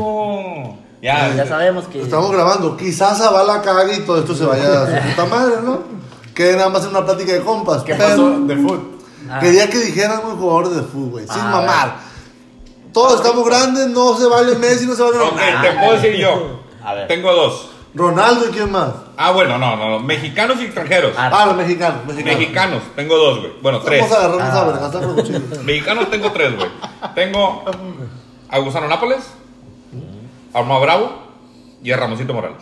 A: Ya.
C: ya sabemos que.
B: Estamos grabando. Quizás a la cague y todo esto se vaya a su puta madre, ¿no? Que nada más en una plática de compas.
D: ¿Qué
B: Pero
D: pasó? De foot.
C: Ah.
B: Quería que dijeran un jugador de fútbol, güey, sin
C: Ah,
B: mamar. Todos estamos grandes, no se vale Messi, no se vale
A: Ok,
B: Ronaldo.
A: te puedo decir yo.
C: A ver.
A: Tengo dos.
B: Ronaldo y quién más.
A: Ah, bueno, no, no, no. Mexicanos y extranjeros.
C: Ah,
B: Ah, los mexicanos, mexicanos.
A: Mexicanos, tengo dos, güey. Bueno, tres.
B: Vamos a agarrarnos a
C: Ah.
B: vergas, a cuchillo.
A: Mexicanos tengo tres, güey. Tengo a Gusano Nápoles, a Omar Bravo y a Ramoncito Morales.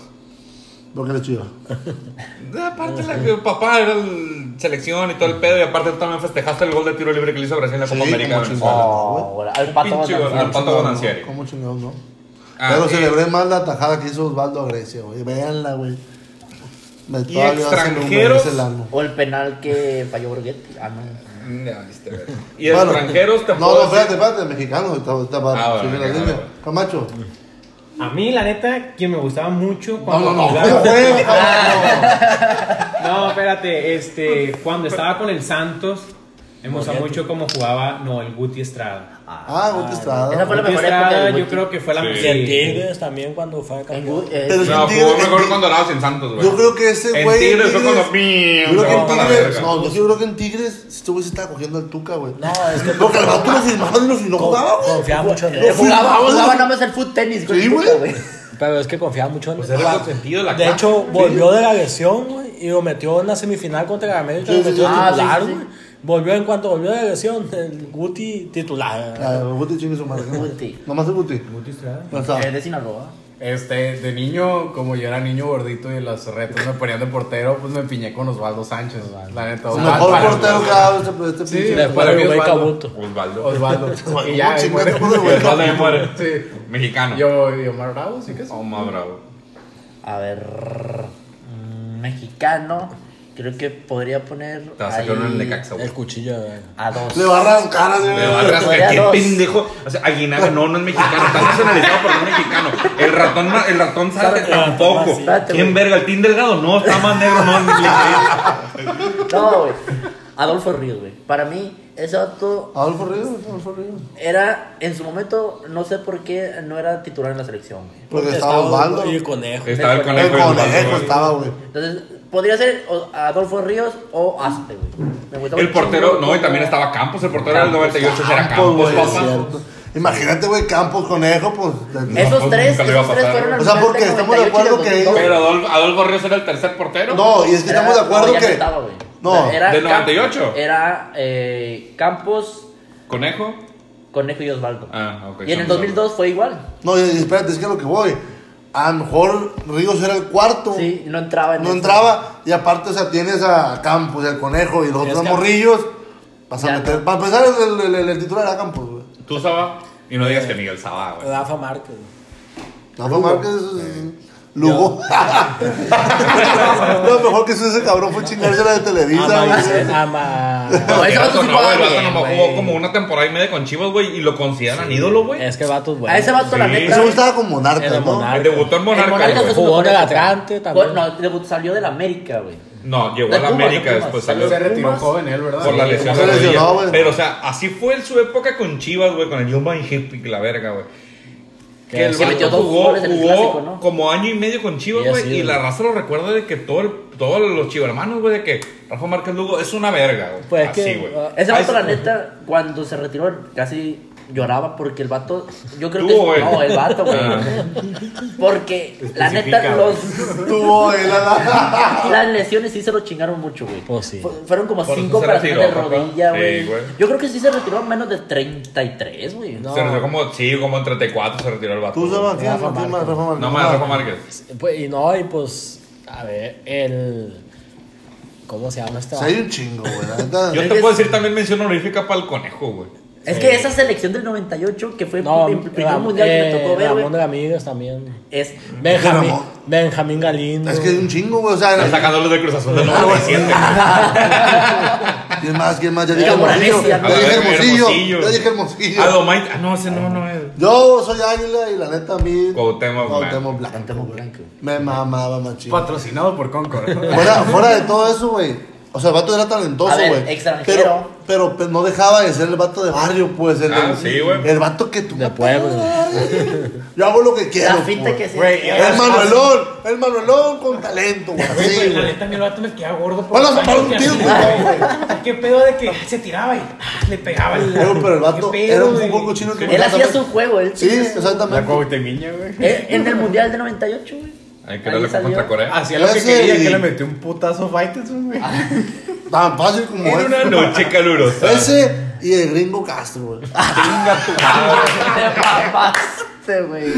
B: Porque eres chido.
A: Eh, Aparte, la que- papá era el selección y todo el pedo. Y aparte, tú también festejaste el gol de tiro libre que le hizo Brasil en la Copa
B: Sí,
A: América de
B: como
A: Venezuela.
C: Oh, bueno, al pato
A: Pinche
C: Bonanza.
A: Al Pato Bonancieri.
B: ¿Cómo chingados, no?
A: Ah,
B: Pero
A: eh,
B: celebré más la tajada que hizo Osvaldo a Grecia, güey. Véanla, güey. Me
A: Y
B: todavía se me
A: extranjeros.
B: humedece el ano.
C: O el penal que falló Borghetti. Ah, no.
A: no, viste, güey. Y
B: Bueno,
A: extranjeros te
B: No,
A: puedo
B: no,
A: decir-
B: espérate, espérate, mexicanos. Ahorita, ahorita va
A: Ah,
B: a
A: bueno,
B: subir la
A: mexicano,
B: línea.
A: bueno. (laughs)
B: Camacho.
F: A mí, la neta, quien me gustaba mucho
B: No,
F: cuando
B: no, no.
F: jugaba-
B: (laughs) güey, Camacho.
F: No, espérate, este, cuando estaba con el Santos, me gustaba mucho cómo jugaba, no, el Guti Estrada.
B: Ah, Guti
C: Esa fue
B: Estrada.
C: la
F: Guti
C: mejor época
F: Estrada,
C: del
F: yo
C: Guti.
F: creo que fue la
A: Sí.
F: mejor.
E: Y el Tigres también cuando fue
C: En
E: campeón.
C: Gu- eh,
B: Pero-
A: No,
B: Tigres-
A: jugó mejor
B: en-
A: con Dorados en Santos, güey.
B: Yo creo que ese
A: En
B: güey.
A: Tigres fue
B: Tigres-
A: cuando- ¡Mim!
B: Yo creo que en
A: No, la
B: Tigres.
A: verga.
B: No, yo sí creo que en Tigres. Este güey se está cogiendo el tuca, güey.
E: No, es que
B: Porque el vato lo firmaron y lo firmó. jugaba, güey.
E: confía mucho en
C: eh,
E: él.
B: fue-
C: jugaba, jugaba nada más el foot tenis.
B: Sí,
C: con
B: güey.
C: Luca, güey.
E: Pero es que confía mucho en
A: Pues
E: él.
A: es algo sentido la
E: De
A: clase.
E: hecho, volvió de la lesión, güey, y lo metió en la semifinal contra América,
B: Sí,
E: lo
B: sí,
E: metió
C: sí. Ah,
E: titular,
C: sí, sí,
E: güey. Volvió en cuanto volvió de la lesión, el Guti titular.
B: Ah, el Guti chingue su madre.
C: Guti.
B: Nomás el Guti.
F: Guti Estrada.
B: Ya está.
C: Eh, de Sinaloa.
D: Este, de niño, como yo era niño gordito y las retas me ponían de portero, pues me piñé con Osvaldo Sánchez, la neta.
B: El
D: Osvaldo,
B: Mejor
D: para-
B: portero que ha dado este
D: Sí,
B: pinche.
D: la-
E: Después
D: para mí
E: el güey
D: Osvaldo.
E: Cabuto.
A: Osvaldo.
D: Osvaldo. y ya,
B: (laughs) Osvaldo,
D: y muere.
B: chingate, güey.
A: Osvaldo ya muere.
D: (laughs) Sí.
A: Mexicano.
D: Yo, yo más bravo, sí que sí.
A: Omar Bravo.
C: A ver. mm, Mexicano. Creo que podría poner.
A: Te vas a sacar
C: ahí
A: uno en Necaxa, güey.
E: El cuchillo eh. de
C: A dos.
B: Le va a arrancar así,
A: Me
B: güey.
A: va a rascar,
C: Todavía
A: qué
C: dos.
A: pendejo. O sea, Aguinaga no, no es mexicano. Está nacionalizado por un mexicano. El ratón, ma- el ratón Zárate
E: Zárate,
A: tampoco.
E: ah, sí.
C: Espérate,
A: ¿Quién
C: güey.
A: verga? ¿El Tim Delgado? No, está más negro, no. ni-
C: No, güey. Adolfo Ríos, güey. Para mí, ese vato
B: Adolfo Ríos, Adolfo Ríos.
C: era. En su momento, no sé por qué no era titular en la selección, güey.
B: Porque estaba Osvaldo.
E: Y el conejo.
A: Estaba el
B: El
A: conejo. y el
B: conejo
A: vato, güey.
B: estaba, güey.
C: Entonces, podría ser o- Adolfo Ríos o Aspe, güey. Me gustaba
A: El
C: un
A: portero,
C: chingo
A: no, y también
C: cómo-
A: estaba Campos. El portero del 98 era
B: Campos,
A: Campos,
B: güey, es
A: papá.
B: cierto. Imagínate, güey, Campos, Conejo, pues. de-
A: Eso-
C: Esos tres,
A: nunca le iba a
C: esos tres
A: pasar.
C: fueron al
B: O sea,
C: Mundial
B: porque
C: del
B: estamos de
C: 98 y del
B: acuerdo que-
C: 2002.
A: Pero Adolfo, Adolfo Ríos era el tercer portero.
B: No, y es que
C: Era-
B: estamos de acuerdo
C: no, ya no
B: que.
C: estaba, güey.
B: No,
A: ¿Del
C: Camp-
A: 98?
C: Era eh, Campos,
A: Conejo.
C: Conejo y Osvaldo.
A: Ah, ok.
C: y en el 2002 fue igual.
B: No, y- y espérate, es que a lo que voy. A lo mejor Ríos era el cuarto.
C: Sí, no entraba en
B: No
C: ese.
B: entraba. Y aparte, o sea, tienes a Campos y al Conejo y los
E: Es
B: otros
E: que-
B: morrillos. Vas
C: Ya
B: a meter.
C: no.
B: Para empezar, el, el- el- el titular era Campos, güey.
A: Tú, Saba. Y no digas que Miguel Saba, güey.
E: Rafa Márquez.
B: Rafa Márquez. Lugo. (laughs) Lo mejor que hizo ese cabrón fue chingarse la de Televisa,
E: Ama,
B: güey.
E: ama.
A: (laughs)
C: No, ese
A: El
C: vato
A: vato
C: sí
A: no,
C: jugaba
A: el vato
C: bien,
A: nomás
C: güey.
A: jugó como una temporada y media con Chivas, güey, y lo consideran ídolo, güey.
E: Es que vatos bueno.
C: A ese vato, la
A: Sí.
C: neta.
B: Ese güey estaba como narca,
E: Era
B: ¿no?
E: monarca.
A: El debutó en
C: el Monarcas
A: Monarca,
C: no
A: güey.
C: se
E: Jugó en el
C: supone que-
E: Atlante también.
C: Bueno, no, debut- salió del América, güey.
A: No, llegó
C: De
A: a la
C: Pumas, de
A: América,
C: Pumas.
A: después
D: Se
A: salió.
D: retiró
C: Pumas.
D: joven él, ¿verdad?
A: Por la
D: Sí,
A: lesión
B: se
A: de rodilla.
B: lesionó, güey.
A: Pero, o sea, así fue en su época con Chivas, güey, con el Young Van Hippie, la verga, güey. Que el
C: Que metió
A: vato
C: dos
A: jugó,
C: goles en el clásico,
A: jugó
C: ¿no?
A: como año y medio con Chivas,
E: Y
A: güey.
E: así,
A: y
E: güey.
A: la raza lo recuerda de que todo el, todos los chivermanos, güey, de que Rafa Márquez Lugo es una verga, güey.
E: Pues es
A: así,
E: que,
A: güey.
E: ah,
C: Ese
A: Ahí
C: vato,
A: se-
C: la neta, cuando se retiró, casi lloraba porque el vato. Yo creo
A: Tú,
C: que.
A: güey.
C: No, el vato, güey.
A: Ah.
C: Porque, la neta,
D: Especifica,
C: los,
B: Tuvo él a la.
C: las lesiones sí se lo chingaron mucho, güey.
E: Pues sí.
C: Fu- Fueron como
A: Por eso
C: cinco
A: se
C: operaciones de
A: retiró, papá.
C: rodilla,
A: Sí,
C: güey.
A: güey.
C: Yo creo que sí se retiró menos de 33, güey.
E: No.
A: Se retiró como, sí, como en 34 se retiró el vato.
B: Tú, Seba, ¿quién?
E: Rafa
B: ¿Quién más?
E: Márquez.
B: Rafa Márquez.
A: No más, Rafa Márquez.
E: Pues, y no, y pues, a ver, el. ¿Cómo se llama este
B: O sea, hay un chingo, güey. La neta.
A: Yo te
C: que
A: puedo
C: es-
A: decir también mención honorífica para el conejo, güey.
C: Es que esa selección del 98, que fue
E: No,
C: el primer
E: Ram-
C: mundial que me
E: eh,
C: tocó ver, güey,
E: Ramón de Ramírez también.
C: es.
E: Benjamín,
B: Ramón.
E: Benjamín Galindo.
B: Es que hay un chingo, güey. O sea,
A: Están sacando los de Cruz Azul del
B: (laughs)
A: 97.
B: ¿Quién más? ¿Quién más? Ya dije
C: Era
B: Hermosillo. Ya
C: Moranesia, ¿no?
B: dije
A: A ver,
B: Hermosillo.
A: Hermosillo.
B: Ya dije Hermosillo.
A: Adomait. Ah, no, ese no, no es.
B: Yo soy águila y la neta a mí.
A: Cuauhtémoc
B: Cuauhtémoc Blanco.
C: Cantemos blanco.
B: Me mamaba, machín.
D: Patrocinado por Concord. ¿eh?
A: (laughs)
B: Fuera, fuera de todo eso, güey. O sea, el vato era talentoso,
C: A ver,
B: güey.
C: extranjero.
B: Pero, pero, pues, no dejaba de ser el vato de barrio, pues. El,
A: Ah,
B: el-
A: sí, güey.
B: El vato que tú.
E: De pueblo.
B: Yo hago lo que quiero. pues.
C: La finta
B: güey.
C: que se.
F: Güey,
C: era-
B: El Manuelón. El Manuelón con talento, güey.
F: Güey,
B: Así,
F: pues, la
B: güey.
F: neta, mi vato me quedaba gordo.
B: Vamos a
F: los
B: tomar un
F: años que
B: tiro,
F: hacía, güey. ¿Qué pedo de que se tiraba y ah, le pegaba? el-
B: Pero, pero el vato
F: ¿Qué pedo,
B: era un
F: güey?
B: fútbol cochino que
C: Él hacía su juego, él.
B: Sí,
C: tenía su-
D: La
B: exactamente.
D: Cuauhtemiña, güey.
C: Eh, En el mundial de 98, güey.
A: Hay que
C: Ahí
A: darle
C: salió.
A: contra Corea.
B: Ah,
D: Hacía lo que
B: Ese
D: quería,
B: y-
D: que le metió un putazo a Faitelson, güey.
A: Ah,
B: Tan fácil como
A: Era una
B: es.
A: noche calurosa.
B: Ese y el gringo Castro, güey. (laughs)
C: Te mamaste, güey.
B: El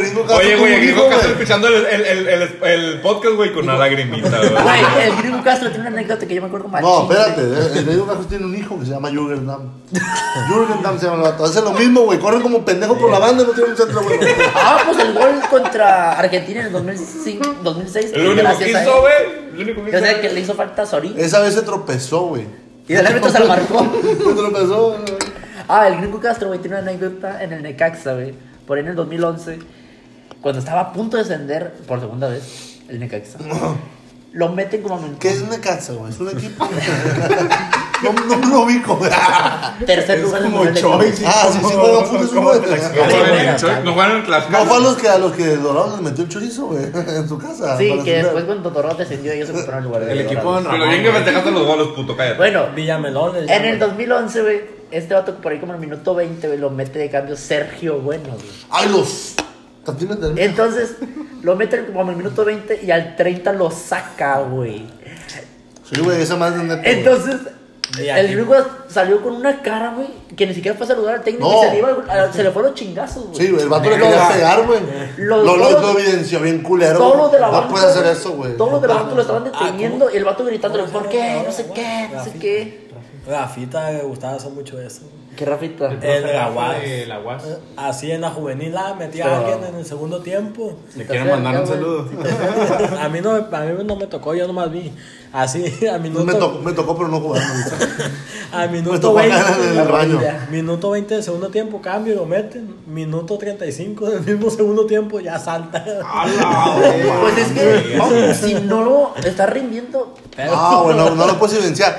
B: gringo Castro.
A: Oye, güey,
B: ¿cómo
A: aquí creo que
B: dijo, güey?
A: estoy escuchando el, el, el, el, el podcast, güey, con una
B: (laughs)
A: lagrimita, güey.
C: Güey, el Gringo Castro tiene una anécdota que yo me acuerdo mal.
B: No, espérate, el- el gringo Castro tiene un hijo que se llama Jürgen Damm. (laughs) Jürgen Damm se llama el vato. Hace lo mismo, güey. Corren como pendejo por la banda y no tienen un centro, güey.
C: Ah, pues el gol contra Argentina en el 2005, 2006.
A: El único que
C: gracias a él.
A: hizo, güey. El único que
C: Yo sé
A: hizo.
C: que le hizo falta a Sorín.
B: Esa vez se tropezó, güey.
C: Y el árbitro se lo marcó.
B: Se tropezó, güey.
C: Ah, el Gringo Castro, güey, tiene una anécdota en el Necaxa, güey. Por ahí en el 2011, cuando estaba a punto de descender por segunda vez, el Necaxa. Lo meten como en
B: ¿Qué es una casa, güey? Es un equipo. (laughs) No, no me lo ubico, güey. Ah,
C: tercer
D: (laughs) Es
C: lugar en el
D: como
C: mundial de
D: Choice.
C: clubes.
B: sí, sí, juegan fútbol, es un
D: ¿Cómo te la
A: No
B: güey.
A: juegan en el Choice, No juegan en
B: No fue a
A: Tlaxcala.
B: los que a los que Dorados les metió el chorizo, güey, (laughs) en su casa.
C: Sí,
B: para
C: que
B: cenar.
C: después cuando Torrón descendió, ellos se ocuparon el lugar de
D: El equipo
C: Dorados.
D: de
A: Pero bien que festejaste los golos, puto, cállate.
C: Bueno,
E: Villamelón. le
C: Ah. en el
E: llaman.
C: 2011, güey, este vato por ahí como en el minuto 20, güey, lo mete de cambio Sergio Bueno, güey.
B: Ay, los. También me terminé.
C: Entonces, lo meten como en el minuto 20 y al 30 lo saca, güey.
B: Sí, güey, esa madre es neta. güey.
C: Entonces,
E: Y
C: el
E: aquí-
C: gringo salió con una cara, güey, que ni siquiera fue a saludar al técnico
B: No.
C: y se le, iba al- a- se le fueron los chingazos, güey.
B: Sí, güey, el vato le
C: Los-
B: quería pegar, güey.
C: eh, los-
B: Lo, lo,
C: todos-
B: lo evidenció bien culero.
C: Todos
B: güey.
C: los de la
B: No
C: banca.
B: puede hacer eso, güey. Ah,
C: Todos los de la banca lo estaban
E: ¿cómo?
C: deteniendo y el vato gritándole,
E: ¿Cómo?
C: ¿por qué? No sé qué, no sé qué.
E: Rafita le gustaba hacer mucho eso.
C: ¿Qué Rafita?
E: El de la
F: Rafa
E: UAS.
F: de la UAS.
E: Así en la juvenil, ah, metía a
C: Pero-
E: alguien en el segundo tiempo. (laughs)
D: Te quiero mandar un saludo.
E: A mí, no, me- a mí no me tocó, yo nomás vi. Así, a
B: No, me, tocó,
E: minuto,
B: me tocó, pero no jugando.
E: a
B: me
E: Ah, minuto
B: tocó acá
E: 20.
B: en el baño.
E: Minuto 20 del segundo tiempo, cambio y lo meten. Minuto 35 del mismo segundo tiempo, ya salta.
C: (laughs) Pues es que, vamos, si no lo está rindiendo,
B: No, güey, no, no lo puedes evidenciar.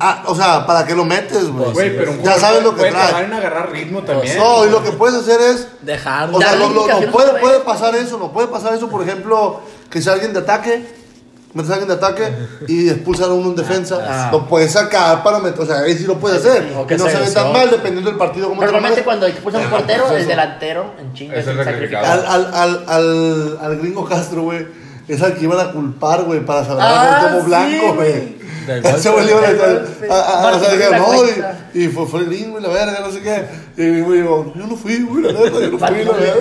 B: Ah, o sea, ¿para qué lo metes, güey?
D: Pues, Güey, pero un
B: ya
D: jugador
B: sabes lo que
D: puede tardar
B: trae.
D: en agarrar ritmo también.
B: No, y lo que puedes hacer es.
E: Dejarlo.
B: O sea,
C: Darle
B: no, no, no
C: indicaciones
B: puede,
C: otra
B: puede
C: vez.
B: pasar eso, no puede pasar eso, por ejemplo, que si alguien te ataque, me saquen de ataque y expulsan a uno en defensa.
C: Ah.
B: Lo puedes sacar para meter, o sea, ahí sí lo puedes hacer.
E: O
B: que
E: que
B: no
E: se
B: sale tan
E: lesionó.
B: mal dependiendo del partido. Como
C: Normalmente cuando expulsan a un portero,
B: pues Eso.
C: el delantero en chinga
A: Es
C: es
A: el
C: el
A: sacrificado.
B: al, al, al, al, al gringo Castro, güey, es al que iban a culpar, güey, para salvar
C: Ah,
B: a Cuauhtémoc
C: sí,
B: Blanco, güey.
C: güey.
E: Del
B: Ese güey le iban a
C: del
B: decir,
C: golpe.
B: a- a- a- o sea,
C: Martín
B: dijeron,
C: de la
B: no,
C: Cuesta.
B: y, y fue, fue el gringo y la verga, no sé qué. Y el gringo dijo, yo no fui, güey, la verga, yo no fui, la verga.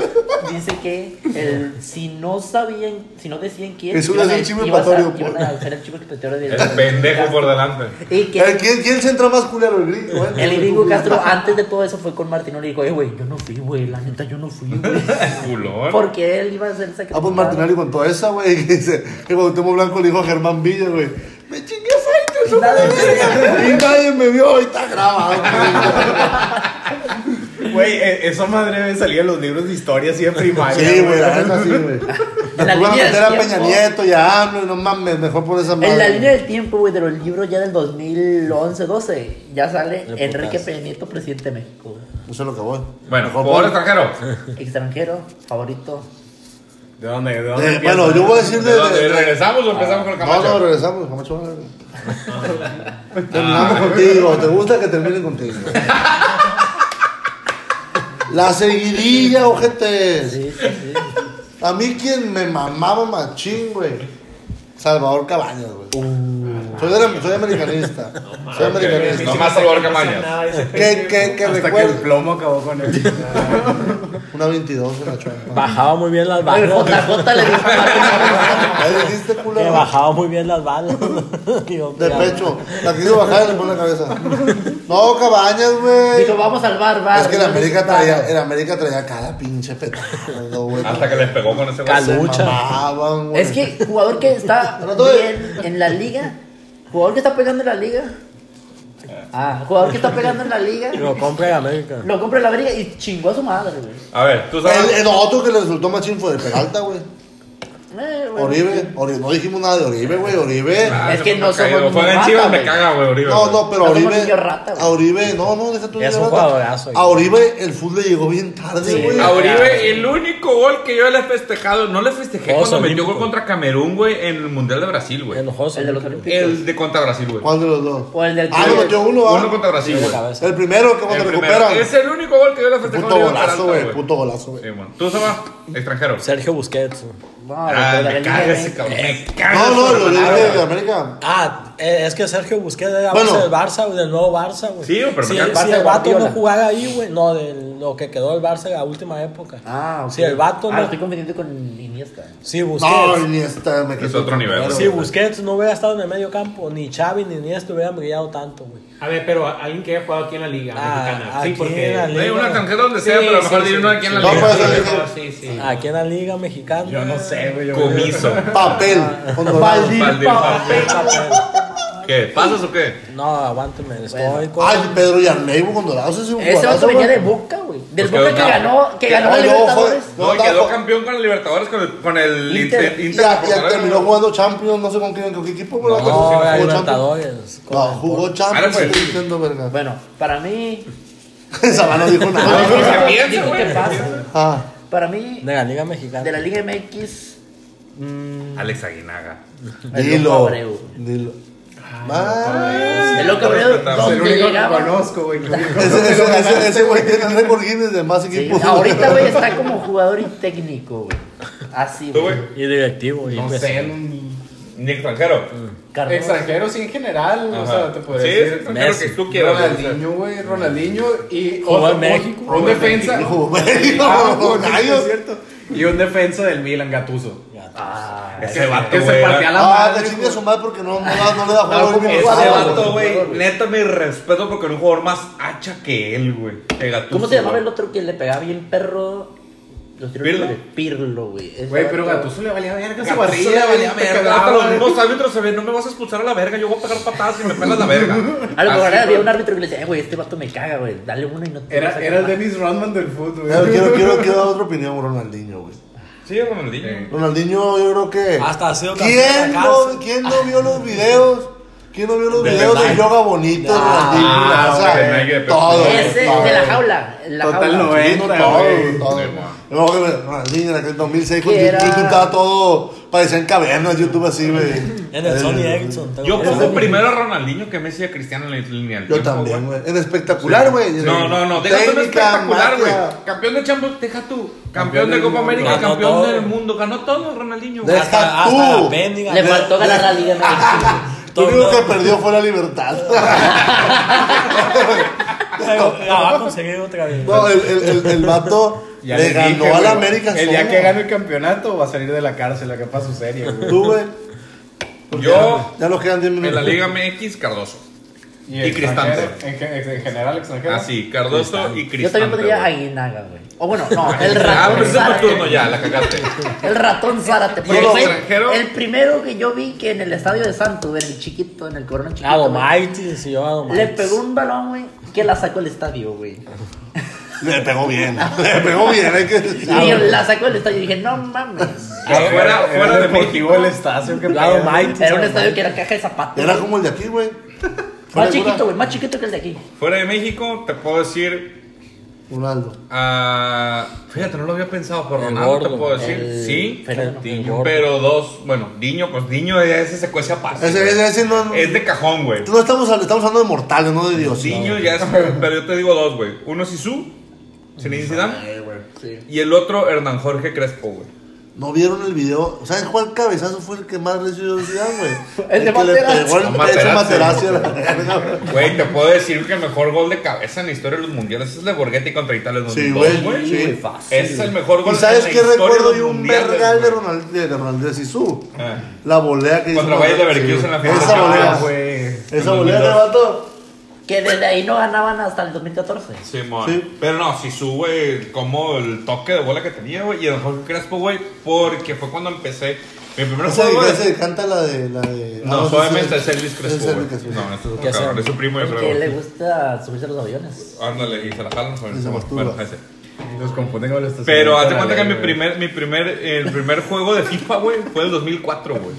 C: Dice que el- si no sabían, si no decían quién
B: Eso
C: iban
B: es
C: a-
B: un pues. chivo
C: iban a-
B: expiatorio,
C: iban
B: por-
C: a hacer el chivo expiatorio del-
A: El pendejo por delante.
C: Y que
B: Eh, ¿Quién, ¿Quién se entra más culero? El gringo, güey.
C: el gringo Castro antes de todo eso fue con Martino y le dijo, eh, güey, yo no fui, güey, la neta, yo no
B: (laughs)
C: fui, güey.
A: Culón.
C: Porque él iba a ser sacrificado.
B: Ah, pues Martinelli contó esa, güey, (laughs) que dice que Cuauhtémoc Blanco le dijo a Germán Villa, güey, me chingué a Sainz, y nadie me vio, y está grabado, güey.
D: Güey, e- esa madre debe salir en los libros de historia así de primaria.
B: Sí, güey, la neta sí, güey.
C: En la
B: Iban a
C: línea del
B: meter a Peña
C: tiempo.
B: Nieto y a AMLO, y no mames, mejor por esa madre.
C: En la línea del tiempo, güey, de los libros ya del 2011-12, ya sale
E: El
C: Enrique
E: putazo.
C: Peña Nieto, presidente de
A: (laughs)
C: México.
B: Eso es lo que voy.
A: Bueno,
B: Mejor
A: jugador
B: por-
A: extranjero.
C: Extranjero,
A: (laughs)
C: favorito.
D: ¿De dónde? ¿De dónde?
B: Eh,
D: empieza?
B: bueno, yo voy a decir de...
A: ¿De dónde?
B: de- de-
A: ¿Regresamos o empezamos con el
B: No, no,
A: Camacho?
B: regresamos, Camacho. vale. Terminamos contigo, te gusta que terminen contigo. La seguidilla, ojetes.
C: Sí, sí, sí.
B: A mí quien me mamaba machín, güey. Salvador Cabañas, güey. Soy, de- soy americanista. soy
A: Ok,
B: americanista.
A: No más Salvador
F: No pasa
A: Camañas.
F: nada de ese
B: Que,
F: pedo.
B: que, que
D: Hasta que el
B: recuerdo.
D: plomo acabó con él.
B: Una 22 en la
E: (laughs)
B: chompa.
E: Bajaba muy bien las
C: El
E: balas.
C: JJ le dijo
B: Ahí dijiste,
E: Que
B: culo.
E: bajaba muy bien las balas. (laughs) Digo,
B: De
E: ya.
B: pecho. La quiso bajar y le pone la cabeza. No, Cabañas, güey.
C: Dijo, vamos al bar, bar.
B: Es que en
C: No
B: América
C: nos
B: traía, en
C: disparan.
B: América traía cada pinche petardo, güey.
A: Hasta que les pegó con ese
E: Calú.
B: se
E: lucha.
B: mamaban, güey.
C: Es que jugador que está
B: (laughs) No, no,
C: bien en la liga. Jugador que está pegando en la liga. Ah, jugador que está pegando en la
A: (laughs)
C: liga.
E: Digo, compra en América.
C: Lo compra en la briga y chingó a su madre, güey.
A: A ver, tú
B: El,
A: sabes.
B: el otro que le resultó machín fue de Peralta, güey.
C: Eh, bueno.
B: Oribe, Oribe, no dijimos nada de Oribe, güey, Oribe.
A: Ah,
C: Es
A: se
C: que
A: me
C: no
A: ha caído.
C: somos
A: Juega en
C: mata,
A: Chivas, me
C: güey.
A: caga, güey, Oribe.
B: No, no, pero
C: No somos
B: Oribe.
C: niños rata, güey.
B: A Oribe, no, no, deja tú
E: Es
B: niños
E: un
B: rata.
E: jugadorazo, güey.
B: A Oribe el fútbol le llegó bien tarde, güey.
A: A Oribe, el único gol que yo le he festejado, no le festejé
E: Juegos
A: cuando metió gol
E: Olímpicos.
A: contra Camerún, güey, en el Mundial de Brasil, güey.
E: Enojoso.
C: El de los Olímpicos.
A: El de contra Brasil, güey.
B: ¿Cuál de los dos?
C: O el del
B: Ah, no,
C: Tigres.
B: metió uno, ah.
A: Uno contra Brasil,
E: De
A: güey.
E: cabeza.
B: El primero que cuando
A: El primero.
B: recuperan.
A: Es el único gol que yo le festejé
B: Puto golazo, güey, puto golazo, güey.
A: Tú, Saba, extranjero.
E: Sergio Busquets.
C: No,
A: Ah,
C: el de la
A: me
C: liga,
A: caga
C: güey.
A: ese cabrón. Me caga
B: No, no,
A: ese
B: lo dije
A: cabrón.
B: de América.
E: Ah, eh, es que Sergio Busquets era
B: Bueno.
E: base del Barça, güey, del nuevo Barça, güey.
A: Sí, güey, pero
E: si,
A: porque el
E: si
C: Barça de
E: el vato no
C: Guardiola.
E: jugara ahí, güey, no, de lo que quedó del Barça en la última época.
C: Ah, ok.
E: Si el vato
C: Ah,
E: no-
C: estoy confundiendo con Iniesta.
E: Sí, Busquets.
B: No, ni esta me
A: Es otro nivel,
E: si Busquets no hubiera estado en el medio campo, ni Xavi ni Iniesta hubieran brillado tanto, güey.
F: A ver, pero alguien que haya jugado aquí en la liga
E: Ah,
F: mexicana.
E: aquí
F: Sí,
E: en
F: porque.
E: la
A: Güey,
E: liga.
A: un extranjero donde sea,
F: Sí,
A: pero a lo
F: sí,
A: mejor
F: sí.
A: diré uno aquí en la
B: No,
A: liga.
B: pues,
A: güey.
B: no,
F: Sí, sí.
E: Aquí en la Liga Mexicana.
D: Yo no sé, güey. yo-
A: Comiso.
B: Papel.
C: Ah. (laughs)
B: Honduras.
A: Valdir,
E: Papel, papel.
A: ¿Qué? ¿Pasas o qué?
E: Ah, No, aguánteme, estoy con.
B: Ay, Pedro Yarneibo con dorados ese es un
C: Ese vato
B: golazo,
C: venía de
B: güey.
C: Boca, güey. Del
A: Pues
C: Boca que
A: quedó campeón.
C: ganó, que ganó la
B: Ay, no,
C: Libertadores.
B: fue-
A: No, y
B: no,
A: quedó
B: estaba-
A: campeón con el Libertadores con el, con el
C: Inter.
A: Inter. Inter
B: Ya, ya
A: Portugal,
B: terminó
A: güey.
B: jugando Champions, no sé con quién, con qué equipo, pero
E: no,
B: jugó
E: la
B: Champions.
E: Libertadores.
B: No, jugó Champions,
A: pues.
B: estoy diciendo, verga. (laughs)
C: Bueno, para mí.
B: Esa no dijo
A: No,
C: pues.
B: nada.
A: no, ¿qué piensa,
C: Dijo
A: güey?
C: que pasa.
B: Ah,
C: Para mí,
E: De la Liga Mexicana.
C: de la Liga MX. mm,
A: Alex Aguinaga.
C: El
B: dilo.
C: Loco Abreu.
B: Dilo. Ah, Más.
C: El loco Abreu,
A: respetamos.
D: Es el
C: ¿dónde
D: único que
C: llegaba?
D: conozco, güey. que dijo,
B: Ese- ese- Ese ese güey tiene el récord Guinness de más
C: Sí,
B: equipos.
C: Ahorita, güey, está como jugador y técnico, güey. Así,
A: ¿Tú, güey?
C: güey.
E: Y directivo. y
D: No
E: pues-
D: sé, un
A: Ni extranjero.
C: Cardoso.
D: extranjero sí en general, o sea, te podría
A: sí, es
D: decir.
A: extranjero que
E: Messi,
A: tú quieras. güey.
D: Ronaldinho, güey, Ronaldinho y
E: Jugó en
D: otro-
E: México.
D: Un
B: (laughs)
D: defensa.
B: Jugó en México,
D: Ah,
B: jugó en
D: (laughs) sí,
B: Gallos.
D: es cierto. Y un defensa del Milan Gatuso.
C: Ah,
A: Ese vato,
D: Que se
A: güey.
D: partía
A: era-
D: la
B: (laughs) Ah,
D: madre.
B: que chingue a su madre porque no, no, da- no le da
D: No,
B: juego.
D: como
B: al
A: Ese
D: Ah,
A: vato,
D: bueno,
A: güey.
D: bueno.
A: Neta, mi respeto porque era un jugador más hacha que él, güey. Que Gattuso,
C: ¿Cómo se llamaba
A: güey.
C: el otro que le pegaba bien perro? Los tiros
A: ¿Pirlo?
C: libres. Pirlo, güey. Ese
D: Güey, pero
C: vato-
D: Gatuso le valía verga su
A: Gattuso
D: barriga.
A: le valía
D: güey, te
A: verga.
D: cagaba,
A: Hasta los
D: güey.
A: mismos árbitros se ven, no me vas a expulsar a la verga, yo voy a pegar patadas y me pelas la
C: (laughs)
A: verga.
C: A lo
A: Así,
C: mejor había
A: güey.
C: un árbitro que le decía, "Eh, güey, este vato me caga, güey. Dale uno y no te vas
D: Era,
C: a
D: era el
C: acabar".
D: Dennis Rodman del fútbol,
B: Pero
D: güey.
B: Quiero, quiero, quiero dar otra opinión, Ronaldinho, güey.
A: Sí, Ronaldinho.
B: Ronaldinho, yo creo que.
E: Hasta ha sido campeón de
B: ¿Quién
E: la
B: no,
E: cárcel.
B: ¿Quién no vio los videos ¿Quién no vio los
A: De
B: videos de
A: Nike.
B: yoga bonitos,
C: Ah,
B: Ronaldinho? O
A: de Nike, de
B: sea,
A: Pepsi.
B: todo.
C: Ese
B: todo.
C: de la jaula. La
D: Total
C: jaula.
D: 90,
B: todo,
D: güey.
B: todo.
A: Sí,
B: Yo me acuerdo que Ronaldinho en aquel 2006 cuando
C: Que era-
B: YouTube estaba todo, parecía en cavernas YouTube así, güey. Eh,
E: En el Sony Ericsson. tengo
A: Yo
E: que
A: pongo
E: decir.
A: primero a Ronaldinho que Messi y a Cristiano en la línea del
B: Yo
A: tiempo,
B: también, güey. En espectacular, güey.
A: No, no, no, déjate un
B: Técnica,
A: espectacular, güey.
B: magia.
A: Campeón de Champions, deja tú. Campeón,
D: Campeón
A: de
D: del
A: Copa
D: mundo.
A: América,
E: Ganó
A: campeón
E: todo.
A: del mundo. Ganó todo Ronaldinho. güey.
B: Deja
E: Hasta,
B: tú.
E: hasta la Penny
C: Le faltó ganar la Liga MX.
B: Lo único que perdió fue la libertad.
E: (laughs) Pero (laughs) la va a conseguir otra vez.
B: No, eh. el, el, el, el vato
D: Ya
B: le
D: les
B: ganó
D: dije,
B: a la
D: güey,
B: América
D: El día
B: solo.
D: que gane el campeonato va a salir de la cárcel acá para su serie, güey.
B: Tú, güey.
A: Yo
B: Ya nos quedan 10 minutos.
A: en la Liga MX, Cardoso. (laughs) Y
D: extranjero,
A: Cristante.
D: En, ge- en general, extranjero.
A: Así, Cardoso y Cristante.
C: Yo también podría
A: güey.
C: Aguinaga, güey. O bueno,
A: (laughs)
C: no, el
A: Ah, pero
C: ratón
A: ese es tu turno
C: Zárate.
A: ya, la cagaste.
C: El ratón Zárate.
A: ¿Y
C: porque
A: el
C: fue
A: extranjero?
C: El primero que yo vi que en el estadio de Santos, güey, en el chiquito, en el corona chiquito.
E: A
C: güey,
E: Domaitis y yo a
C: Le
E: Domaitis.
C: pegó un balón, güey, que la sacó el estadio, güey.
B: Le pegó bien. Le pegó bien. Hay que...
C: Y yo la sacó del estadio y dije, no mames.
A: Ah, fuera-
D: Era
A: fuera de
D: deportivo
A: México.
D: el estadio que
E: Yo a
D: pedo.
E: Domaitis.
C: Era un estadio que era caja de zapatos.
B: Era como el de aquí, güey.
C: Más chiquito, güey, más chiquito que el de aquí.
A: Fuera de México, te puedo decir.
B: Ronaldo.
A: ah, fíjate, no lo había pensado, por
E: El
A: Ronaldo te
E: gordo,
A: puedo decir.
C: el
A: sí,
C: fenómeno.
A: Diño,
E: El gordo.
A: pero dos. Bueno, Diño, pues Diño ya ese se cuece aparte.
B: Ese, ese, ese no, no-
A: Es de cajón, güey.
B: no estamos, hablando- estamos hablando de mortales, no de Dios.
A: Diño ya es. Pero yo te digo dos, güey. Uno es Isu, Zinedine Zidane.
C: Sí.
A: Y el otro, Hernán Jorge Crespo, güey.
B: ¿No vieron el video? ¿Sabes cuál cabezazo fue el que más recibió el Zidane, güey?
C: (laughs) El de
B: que le
C: Materazzi.
B: pegó el
A: Ah,
B: pecho a
A: Materazzi.
B: Materazzi a la verga, güey.
A: Güey, te puedo decir que el mejor gol de cabeza en la historia de los mundiales es de Borghetti contra Italia en
B: Sí,
A: 2002,
B: güey,
A: güey.
B: sí.
A: Ese es el mejor gol
B: ¿Y sabes
A: en la
B: qué
A: historia
B: recuerdo
A: de
B: de
A: los
B: un
A: mundiales,
B: vergal de
A: güey?
B: Ronaldo de Ronaldo de Sisu?
A: Ah.
B: La volea que hizo.
A: Contra Bayern
B: Materazzi,
A: Leverkusen en la
B: güey.
A: final.
B: Esa
A: Ah,
B: volea,
D: güey.
B: Esa volea de vato.
C: Que desde ahí no ganaban hasta el 2014.
A: Simón.
B: Sí.
A: Pero no, si sube como el toque de bola que tenía, güey, y el Jorge Crespo, güey, porque fue cuando empecé. Mi primer
B: Esa
A: juego
B: de
A: es.
B: se canta la de. La de ah,
A: No,
B: sí,
A: solamente es
B: sí.
A: Elvis Crespo,
B: Es Elvis
A: güey.
B: Crespo.
A: No, este es
E: ¿Qué
A: otro cabrón,
E: hace?
A: es su primo, yo
C: Porque le
A: creo.
C: gusta subirse a los aviones.
A: Ándale, y se la jalan, güey.
B: Y se masturba.
A: Bueno, ese.
D: Los confunden con el estadio.
A: Pero hazte cuenta que mi primer, mi primer, el primer juego de FIFA, güey, fue el 2004, güey.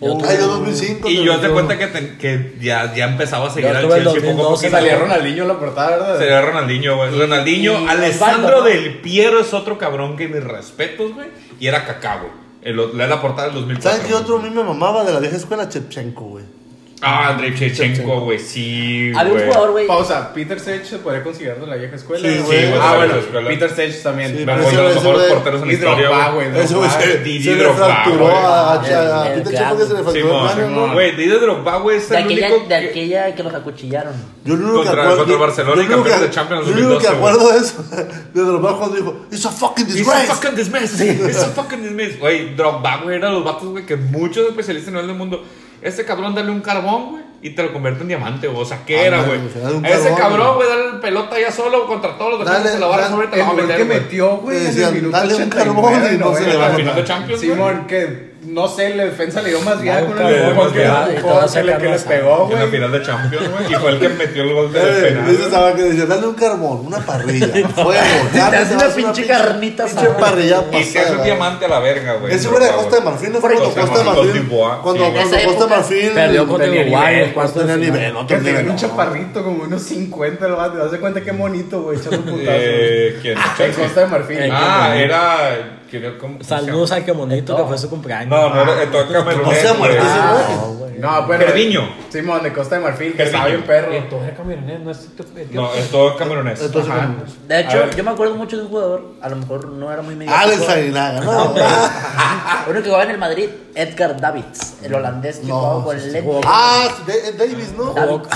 B: Ah, yo 2005.
A: Y yo te
B: te
A: cuenta que, te- que ya, ya empezaba a seguir
E: Yo
A: al
E: tuve el
A: Chelsea poco a
E: 2012
A: poquito.
D: Salía Ronaldinho en la portada, ¿verdad?
A: Sería Ronaldinho, güey. Ronaldinho,
C: y
A: Alessandro
C: Osvaldo, ¿no?
A: del Piero es otro cabrón que mis respetos, güey. Y era Kaká, güey. El o- La la portada del 2004.
B: ¿Sabes qué
A: güey.
B: otro a mí me mamaba de la vieja escuela? Chepchenko, güey.
A: Ah, Andrei Shevchenko, güey. Sí,
C: Había un
A: güey.
C: jugador, güey.
D: Pausa. Peter Sage se podría considerar de la vieja escuela.
B: Sí,
D: ¿no?
B: sí,
A: güey,
D: Ah,
A: de la
D: bueno.
A: vieja escuela.
D: Peter Sage también.
B: Sí,
A: Era
B: pero
A: Uno de
B: ese
A: los mejores
B: güey-
A: porteros en la
D: Y
A: historia,
D: Drogba,
A: güey.
D: güey.
B: Ese güey
D: Drogba.
B: se,
A: Didi
B: se le
A: Drogba,
B: fracturó
A: güey.
B: a, a, a,
C: El- el
B: Peter Checo que se le fracturó el
A: Simón,
B: cráneo,
D: Simón.
B: ¿no?
A: Güey, Didier Drogba, güey, es
C: De
A: el
C: aquella,
A: único
C: de
A: que-
C: aquella que los acuchillaron.
B: Yo lo único
A: Contra-
B: que acuerdo.
A: contra el Barcelona
B: yo
A: y
B: lo único
A: campeones
B: que-
A: de Champions
B: Yo lo único que
A: 2012, güey.
B: acuerdo es de Drogba cuando dijo: It's a fucking
A: It's a
B: disgrace. Eh,
A: fucking dismiss. It's a fucking dismiss. Güey, Drogba, güey, era de los vatos, güey, que muchos especialistas en el mundo. Este cabrón, dale un carbón, güey, y te lo convierte en diamante, güey. O sea, ¿qué
B: Ah,
A: era,
B: no,
A: güey?
B: o sea, dale un
A: A Ese
B: carbón,
A: cabrón,
B: güey.
A: güey, dale pelota ya solo contra todos los
B: Dale,
A: defensas se la barra
B: dale,
A: sobre te
D: El
A: la va a
D: gol
A: meter.
D: que
A: güey.
D: metió, güey, en
B: Decían,
D: el minuto
B: dale un
D: 89,
B: carbón y no se le va a
A: Al final de
B: ganar.
A: Champions, güey.
D: Simón, que no sé, la defensa le dio más guía
E: Dale
D: con
E: un
D: el
A: carbón,
D: gol
A: güey,
D: que
E: y te
D: le-
E: vas a
D: que le- que les
E: cargar.
D: pegó,
A: En la
D: güey.
A: final de Champions, güey. Y fue
B: (laughs)
A: el que metió el gol del
B: Eh,
A: penal.
B: Dice
A: güey.
B: estaba que decía, dale un carbón, una
C: (laughs)
B: parrilla, fuego,
C: Te
B: carne,
C: hace
B: Ah, te
C: una
B: vas a
C: pinche carnita
B: pinche
C: asada.
B: parrilla
A: Y se hace
B: pasada.
A: un diamante a la verga, güey.
B: Ese güey de
A: Drogba,
B: Costa de
A: güey.
B: Marfil, no
C: Por
B: fue cuando
A: ejemplo,
B: Costa de
A: Costa de
B: Marfil.
A: Marfil,
B: Cuando
A: ah, sí.
C: En
B: cuando
C: esa
B: Costa de
C: época
B: Marfil
E: perdió contra
B: tenía
E: Uruguay
B: nivel,
E: en cuartos
B: tenía
E: de final.
B: nivel, otro
D: Que tenía
B: nivel,
D: un
B: no.
D: chaparrito, como unos 50 el vato. Hace cuenta qué bonito, güey, echando putazos.
A: Eh, ¿Quién?
B: Ah,
D: En Costa de Marfil.
E: Eh,
A: Ah, era. quería como-
E: Saludos a que bonito que fue su cumpleaños.
A: No, no, era. Esto es
B: No se ha
A: Camerún,
B: muerto
A: güey. Ah,
B: ese güey.
E: No, güey.
D: No, pero.
A: Gervinho.
D: Simón, de Costa de Marfil, que
A: Gervinho.
D: estaba bien perro.
F: Esto es camionero, no es
A: No, esto es camerunés.
B: Entonces,
D: Ajá.
B: como-
C: De
A: A
C: hecho,
A: ver.
C: yo me acuerdo mucho de un jugador, a lo mejor no era muy mediático.
B: ah, Alex Aguinaga, no. Ah,
C: Uno que jugaba en el Madrid, Edgar Davids, el holandés que
B: No,
C: jugaba con el Lente.
B: Ah, Da- Davis, ¿no?
C: Davids.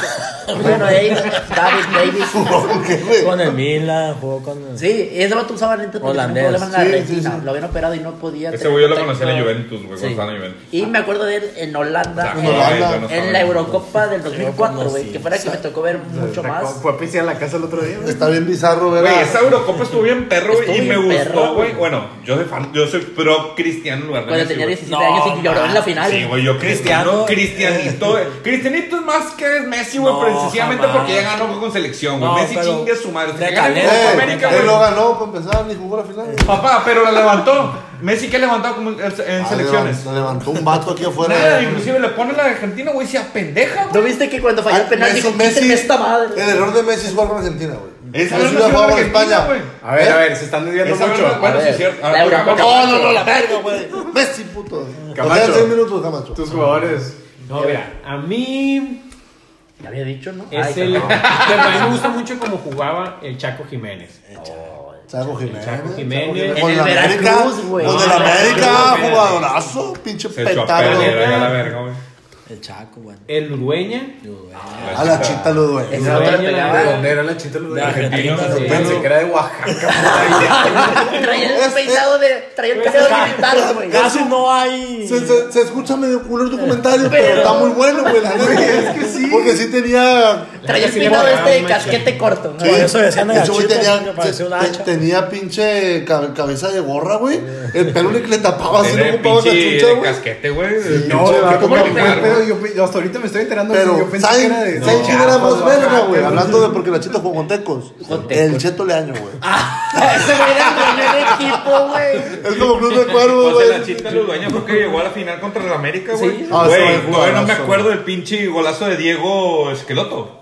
C: Bueno, ahí, David Davis.
B: (laughs) ¿Qué, güey?
E: Jugó con el Milan, jugó con el...
C: Sí, ese vato usaba lentes porque tenía un
E: Holandés.
C: problema en la
B: Sí,
C: retina.
B: sí, sí.
C: Lo habían operado y no podía.
A: Ese
C: tener
A: güey yo lo
C: contacto.
A: conocí en la Juventus, güey,
C: Sí.
A: cuando estaba en la Juventus.
C: Y me acuerdo de él en Holanda,
A: O sea,
C: en,
B: en Holanda.
C: en
A: no estaba en
C: la
A: el-
C: Eurocopa del
E: Yo
C: 2004,
E: conocí.
C: güey, que fuera que me tocó ver mucho más.
D: Fue a pisar la casa el otro día, güey.
B: Está bien bizarro, ¿verdad?
A: Güey, esa Eurocopa estuvo bien perro, güey,
C: Estuvo
A: y me
C: bien perro,
A: gustó, güey.
C: güey.
A: Bueno, yo soy fan, yo soy pro Cristiano en lugar de
C: Cuando
A: Messi,
C: tenía
A: güey.
C: 17
E: No,
C: años y lloró en la
E: ma.
C: final.
A: Sí, güey, yo Cristiano,
E: Cristiano,
A: Cristianito. eh, Cristianito es más que Messi, güey,
E: No,
A: pero sencillamente
E: jamás.
A: porque ya ganó con selección, güey.
E: No,
A: Messi
E: pero-
A: chingue a su madre.
E: de
A: Que gane
E: calero,
A: Copa
B: Eh,
A: América,
B: él lo
A: güey.
B: ganó para empezar, ni jugó la final.
A: Papá, pero la levantó. Messi que ha levantado como en, en
B: Ah,
A: selecciones.
B: levan- levantó un vato aquí afuera.
A: Nada, inclusive le pone la de Argentina, güey, se apendeja,
C: ¿No
A: güey.
C: viste que cuando falló
B: Ah,
C: el penal dijo, quítenme esta madre?
B: El error de Messi es jugar con Argentina, güey.
A: Esa
B: Messi
A: no
B: hubiera
A: es
B: jugado con
A: Argentina,
B: España.
A: güey.
D: A ver, a ver, se están desviando
A: Esa
D: mucho.
A: no es- bueno, sí es cierto.
C: la
A: Ah,
C: Eurocopa.
A: Camacho.
B: No, no, no, la verga, güey. Messi, puto.
D: Camacho.
B: O sea, seis minutos, Camacho.
D: Tus jugadores.
F: No, mira, a mí
C: Ya había dicho, ¿no? Ah,
F: es
C: Ay,
F: el.
C: cabrón.
F: Pero a mí me gusta mucho cómo jugaba el Chaco Jiménez.
B: Chaco Jiménez.
F: Chaco Jiménez.
B: Con
C: En
B: la
C: el
B: América.
C: Veracruz, güey.
B: Con el
F: No,
B: América,
F: no, no,
B: jugadorazo. Pinche
A: Se echó a
B: petardo.
A: perder a la verga, güey.
E: El Chaco, güey.
F: El Ludueña.
C: Ah,
B: A la chita lo
C: Esa
B: duele.
F: Esa-
C: otra
F: dueña,
D: ¿De
C: pegaba.
D: dónde era la chita?
E: De Argentina, güey.
D: Pensé que era de Oaxaca.
C: Traía el
B: Es-
C: peinado de. Traía el peinado militar, güey.
E: Casi no hay.
B: Se, se, se escucha medio culero tu comentario, pero,
C: Pero-
B: está muy bueno, güey. la neta. Porque sí tenía.
C: Traía el
F: Sí,
C: peinado
F: le
C: este de
F: pegaba,
C: casquete corto, ¿no?
E: Por eso decían
B: Ese
E: agachito,
B: güey
E: que
B: tenía,
E: parecía un
B: te-
E: hacha.
B: tenía pinche ca- cabeza de gorra, güey. El pelo le, le tapaba así, no
A: Tiene
B: ocupaba la
A: pinche
B: chucha,
A: de
B: güey.
A: casquete, güey.
D: No,
B: Pinche
D: ¿verdad?
B: vato
D: ¿Cómo
A: que
D: le pegó el
A: jugar,
D: pedo? Yo pe- yo hasta ahorita me estoy enterando. de-
B: Pero,
D: yo pensé que
B: ¿saben
D: era de. pues,
B: ¿saben quién era
D: Chaco,
B: más verga,
D: Oaxaca,
B: güey? Hablando de porque la chita jugó con tecos. El Cheto Leaño, güey.
C: (laughs)
A: Ah.
C: Ese güey era el primer equipo, güey.
B: Es como Cruz de Cuervo,
A: O
B: güey.
A: sea, la chita Ludueña fue que llegó a la final contra el América, güey.
B: Ah,
A: Güey,
B: sí, güey,
A: todavía no me
B: golazo,
A: acuerdo del pinche golazo de Diego Esqueloto.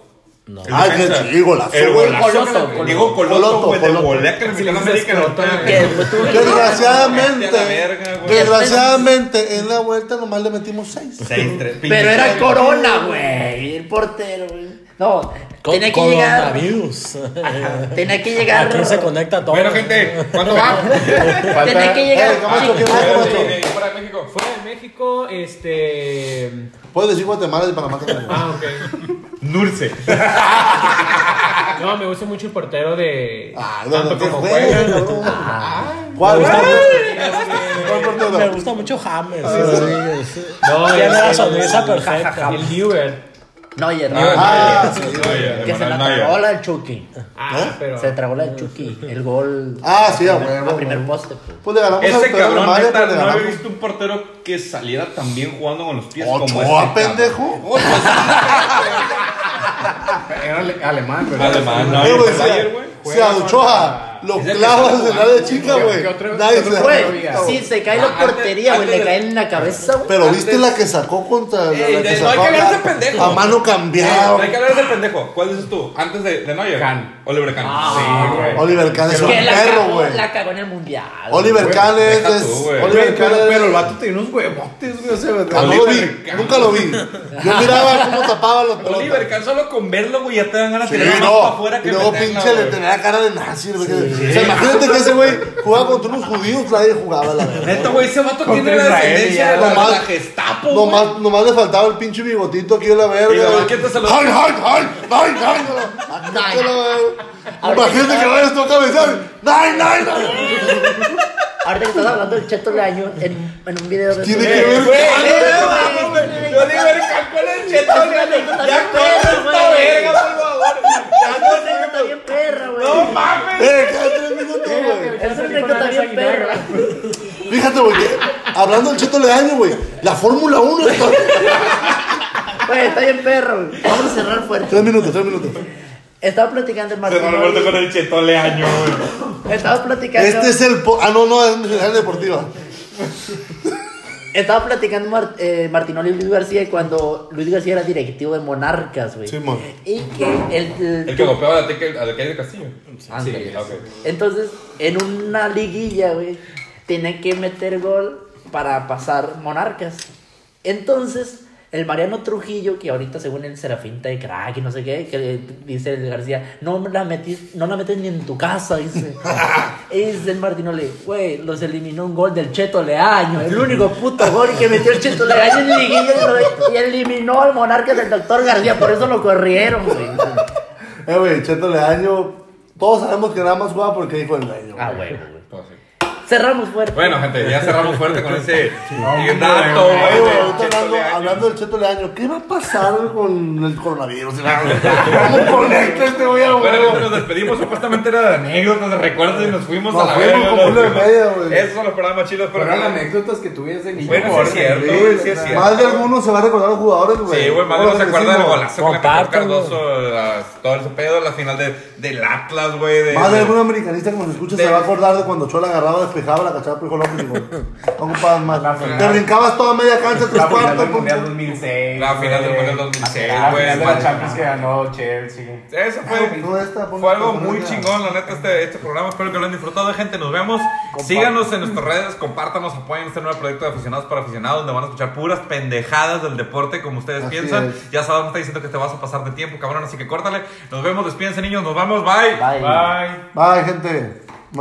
A: No.
B: Ah, que sí, golazo,
A: El
B: güey.
A: golazo.
C: Coloto,
A: que le-
C: Coloto.
A: Diego Coloto,
B: Coloto,
A: güey, de
B: Coloto.
A: volea que le metió a la América. en la otra,
C: Que
A: güey.
C: después tuvo
B: Desgraciadamente,
A: Vete a la verga, güey.
B: desgraciadamente, en la vuelta nomás le metimos seis.
A: Seis, tres, pinche
C: Pero era
A: chaco.
C: Corona, güey. El portero, güey. No,
E: Co-
C: tenía que llegar.
E: Coronavirus. (laughs)
C: Tenía que llegar.
E: Aquí se conecta todo.
A: Bueno, gente, ¿cuánto va?
C: Tenía que llegar.
B: Eh, Camacho, ¿qué más,
A: Fuera
B: Camacho?
A: de- fuera de México.
F: Fuera de México, este.
B: Puedes decir Guatemala y Panamá también.
F: Ah, ok.
A: Nurse.
F: No, me gusta mucho el portero de.
B: Ah, no, no,
F: tanto
B: qué
F: como
B: juega,
F: juega.
B: cabrón.
A: Ah.
B: ¿Cuál?
A: Este,
B: ¿Cuál partido?
E: Me gusta mucho James.
F: No,
E: Tiene
F: el-
E: la
F: el-
E: sonrisa perfecta.
F: El Neuer.
C: No, y el
B: Ah, sí, sí.
A: Oye,
C: Que se la
A: Manuel Neuer.
C: tragó la del Chucky.
F: Ah, pero.
C: Se tragó la del Chucky. El gol.
B: Ah, sí, a
C: A
B: huevo.
C: primer
B: güey.
C: poste, pues.
B: Pues le ganamos
A: Ese
B: Pedro
A: este, cabrón,
B: Amaya,
A: neta,
B: pues, le
A: no había
B: ganamos.
A: visto un portero que saliera tan bien jugando con los pies como
B: Ochoa,
A: este.
B: pendejo.
D: Era ale- alemán, pero.
A: Alemán, no.
B: Eh, güey,
A: el
B: sea-
A: Bayern, güey,
B: sea Ochoa, lo
A: Es el que
B: clavas
A: está
B: en la de chica,
D: ¿Qué-
B: güey.
D: qué otro-
B: Nadie
D: qué
B: se
D: otro
B: da
C: Güey,
B: cuenta,
D: Ah,
C: sí,
B: güey.
C: se cae la
A: antes-
C: portería, güey.
A: antes
C: Le
A: de-
C: caen en la cabeza, güey.
B: Pero
A: antes-
B: viste la que sacó contra la,
A: Ey,
B: la que
A: de- Eh, no
B: sacó
A: hay que ver
B: a-
A: ese pendejo.
B: a mano
A: Sí,
B: cambiada.
A: hay que hablar del pendejo. ¿Cuál dices tú? Antes de, de Neuer.
D: Can. Ah,
A: Oliver Kahn. sí, güey.
B: Oliver Kahn es un
C: Que la
B: perro,
C: cagó,
B: güey.
C: la cagó en el mundial.
B: Oliver
A: Güey,
B: Kahn es.
A: deja
B: es-
A: tú, güey.
B: Oliver Kahn
D: Pero,
B: es-
D: pero el vato tiene unos huevotes, güey. O sea,
B: Ah, no
D: ¿verdad?
B: lo
A: Oliver
B: vi,
A: Kahn.
B: nunca lo vi. Yo miraba cómo tapaba los pelotas.
A: Oliver Kahn solo con verlo, güey, ya te dan ganas
B: Sí,
A: de tirar más
B: no.
A: para afuera
B: y
A: que
B: luego
A: meterla,
B: pinche le
A: güey.
B: tenía la cara de nazi. güey. O sea, imagínate que ese güey jugaba contra unos judíos, nadie jugaba la verdad.
A: Neta, güey, ese vato
D: Contra
A: tiene la
D: Israel,
A: descendencia
D: ya.
A: de la,
B: Nomás-
A: la Gestapo, güey.
B: Nomás, nomás le faltaba el pinche bigotito aquí a la verga.
A: Y la banqueta se lo-
B: ¡Ay, ay, ay! ¡Ay, ay! ay, ay, ay, ay. Imagínate que Reyes toca cabezal. ¡Ay, ay, ay!
C: Ahorita que estás hablando del Cheto Leaño en, en un video de.
B: Tiene
C: su-
B: que ver-
A: Güey,
C: Ay,
A: no,
C: güey.
A: mames, Oliver Kahn con el chetón, güey. Ya corta esta
C: güey.
A: verga, por favor. Ya no
C: Esa está bien perra, güey.
A: No mames.
B: ¡Eh, cada tres minutos, güey!
C: Esa anécdota está bien perra.
B: Fíjate, güey, que hablando del cheto leaño, güey. La Fórmula 1 está.
C: Güey, está bien perra, güey. Vamos a cerrar fuerte.
B: Tres minutos, tres minutos.
C: Estaba platicando el
A: Se Roberto con
C: Martín.
A: el chetón leaño, güey.
C: Estaba platicando.
B: Este es el. po- Ah, no, no, es la deportiva.
C: Estaba platicando Mar- eh, Martinoli y Luis García cuando Luis García era directivo de Monarcas, güey.
B: Simón.
C: Y que el, el-
A: El que golpeaba a la teca- a la calle del castillo.
D: Ah,
C: Ándale.
A: Sí, ok.
C: Entonces, en una liguilla, güey, tenía que meter gol para pasar Monarcas. Entonces, el Mariano Trujillo, que ahorita según el Serafín de crack y no sé qué, que le dice el García, no la metes, no la metes ni en tu casa, dice. y dice el Martino le, güey, los eliminó un gol del Cheto Leaño, el único puto gol que metió el Cheto Leaño en liguilla y lo- y eliminó al Monarcas del doctor García, por eso lo corrieron, güey.
B: Eh, güey, cheto leaño. Todos sabemos que nada más jugaba porque dijo el dueño.
C: Ah, güey, güey.
A: Todo así.
C: Cerramos fuerte.
A: Bueno, gente, ya cerramos fuerte con ese
D: No,
A: dato,
D: no,
B: Ay,
A: güey.
B: güey,
A: del
B: ahorita
A: Cheto
B: hablando,
A: Leaño.
B: hablando del Cheto Leaño, ¿qué va a pasar con el coronavirus? (laughs) ¿Cómo conecta este güey a
A: Bueno, lo que
B: huevo?
A: nos despedimos supuestamente era de anécdotas, de recuerdos y nos fuimos
B: Nos
A: a la
B: fuimos
A: verga,
B: como
A: ¿no?
B: una media, güey.
A: Esos son los programas chidos, pero
D: Fueron anécdotas que tuvieras en
A: Bueno, sí es cierto, güey, sí es cierto.
B: Más de alguno se va a recordar a los jugadores, güey.
A: Sí, güey, más de
B: Ahora
A: no se
B: que
A: acuerda del
B: decimos,
A: golazo que le metió
E: Compártanlo.
A: Cardoso, las- todo ese pedo, la final de, del Atlas, güey. De,
B: Más de
A: de-
B: algún americanista que nos escucha se
A: de-
B: va a acordar de cuando Chola agarraba de pijaba, la cachaba, pijó el hombre, digo, no ocupabas más. Te brincabas toda media cancha,
D: Pues,
B: tres
G: La final
B: cuartos.
G: del
B: pum,
G: Mundial
B: pum.
G: 2006.
A: La final del
G: güey. Ah,
A: Mundial 2006,
G: La
A: güey,
G: final de
A: vale.
G: la Champions que ganó Chelsea.
A: Eso
B: Ah, no, esta,
A: fue,
B: ponme
A: fue algo
B: esta,
A: muy
B: ponme esta.
A: chingón, la neta, este, este programa. Espero que lo hayan disfrutado, gente. Nos vemos. Síganos en nuestras redes, compártanos, apoyen este nuevo proyecto de aficionados para aficionados, donde van a escuchar puras pendejadas del deporte, como ustedes
B: Así
A: piensan.
B: es.
A: Ya sabemos, está diciendo que te vas a pasar de tiempo, cabrón, así que córtale. Nos vemos, despídense, niños. Nos vamos, bye.
C: Bye.
G: Bye.
B: Bye, gente.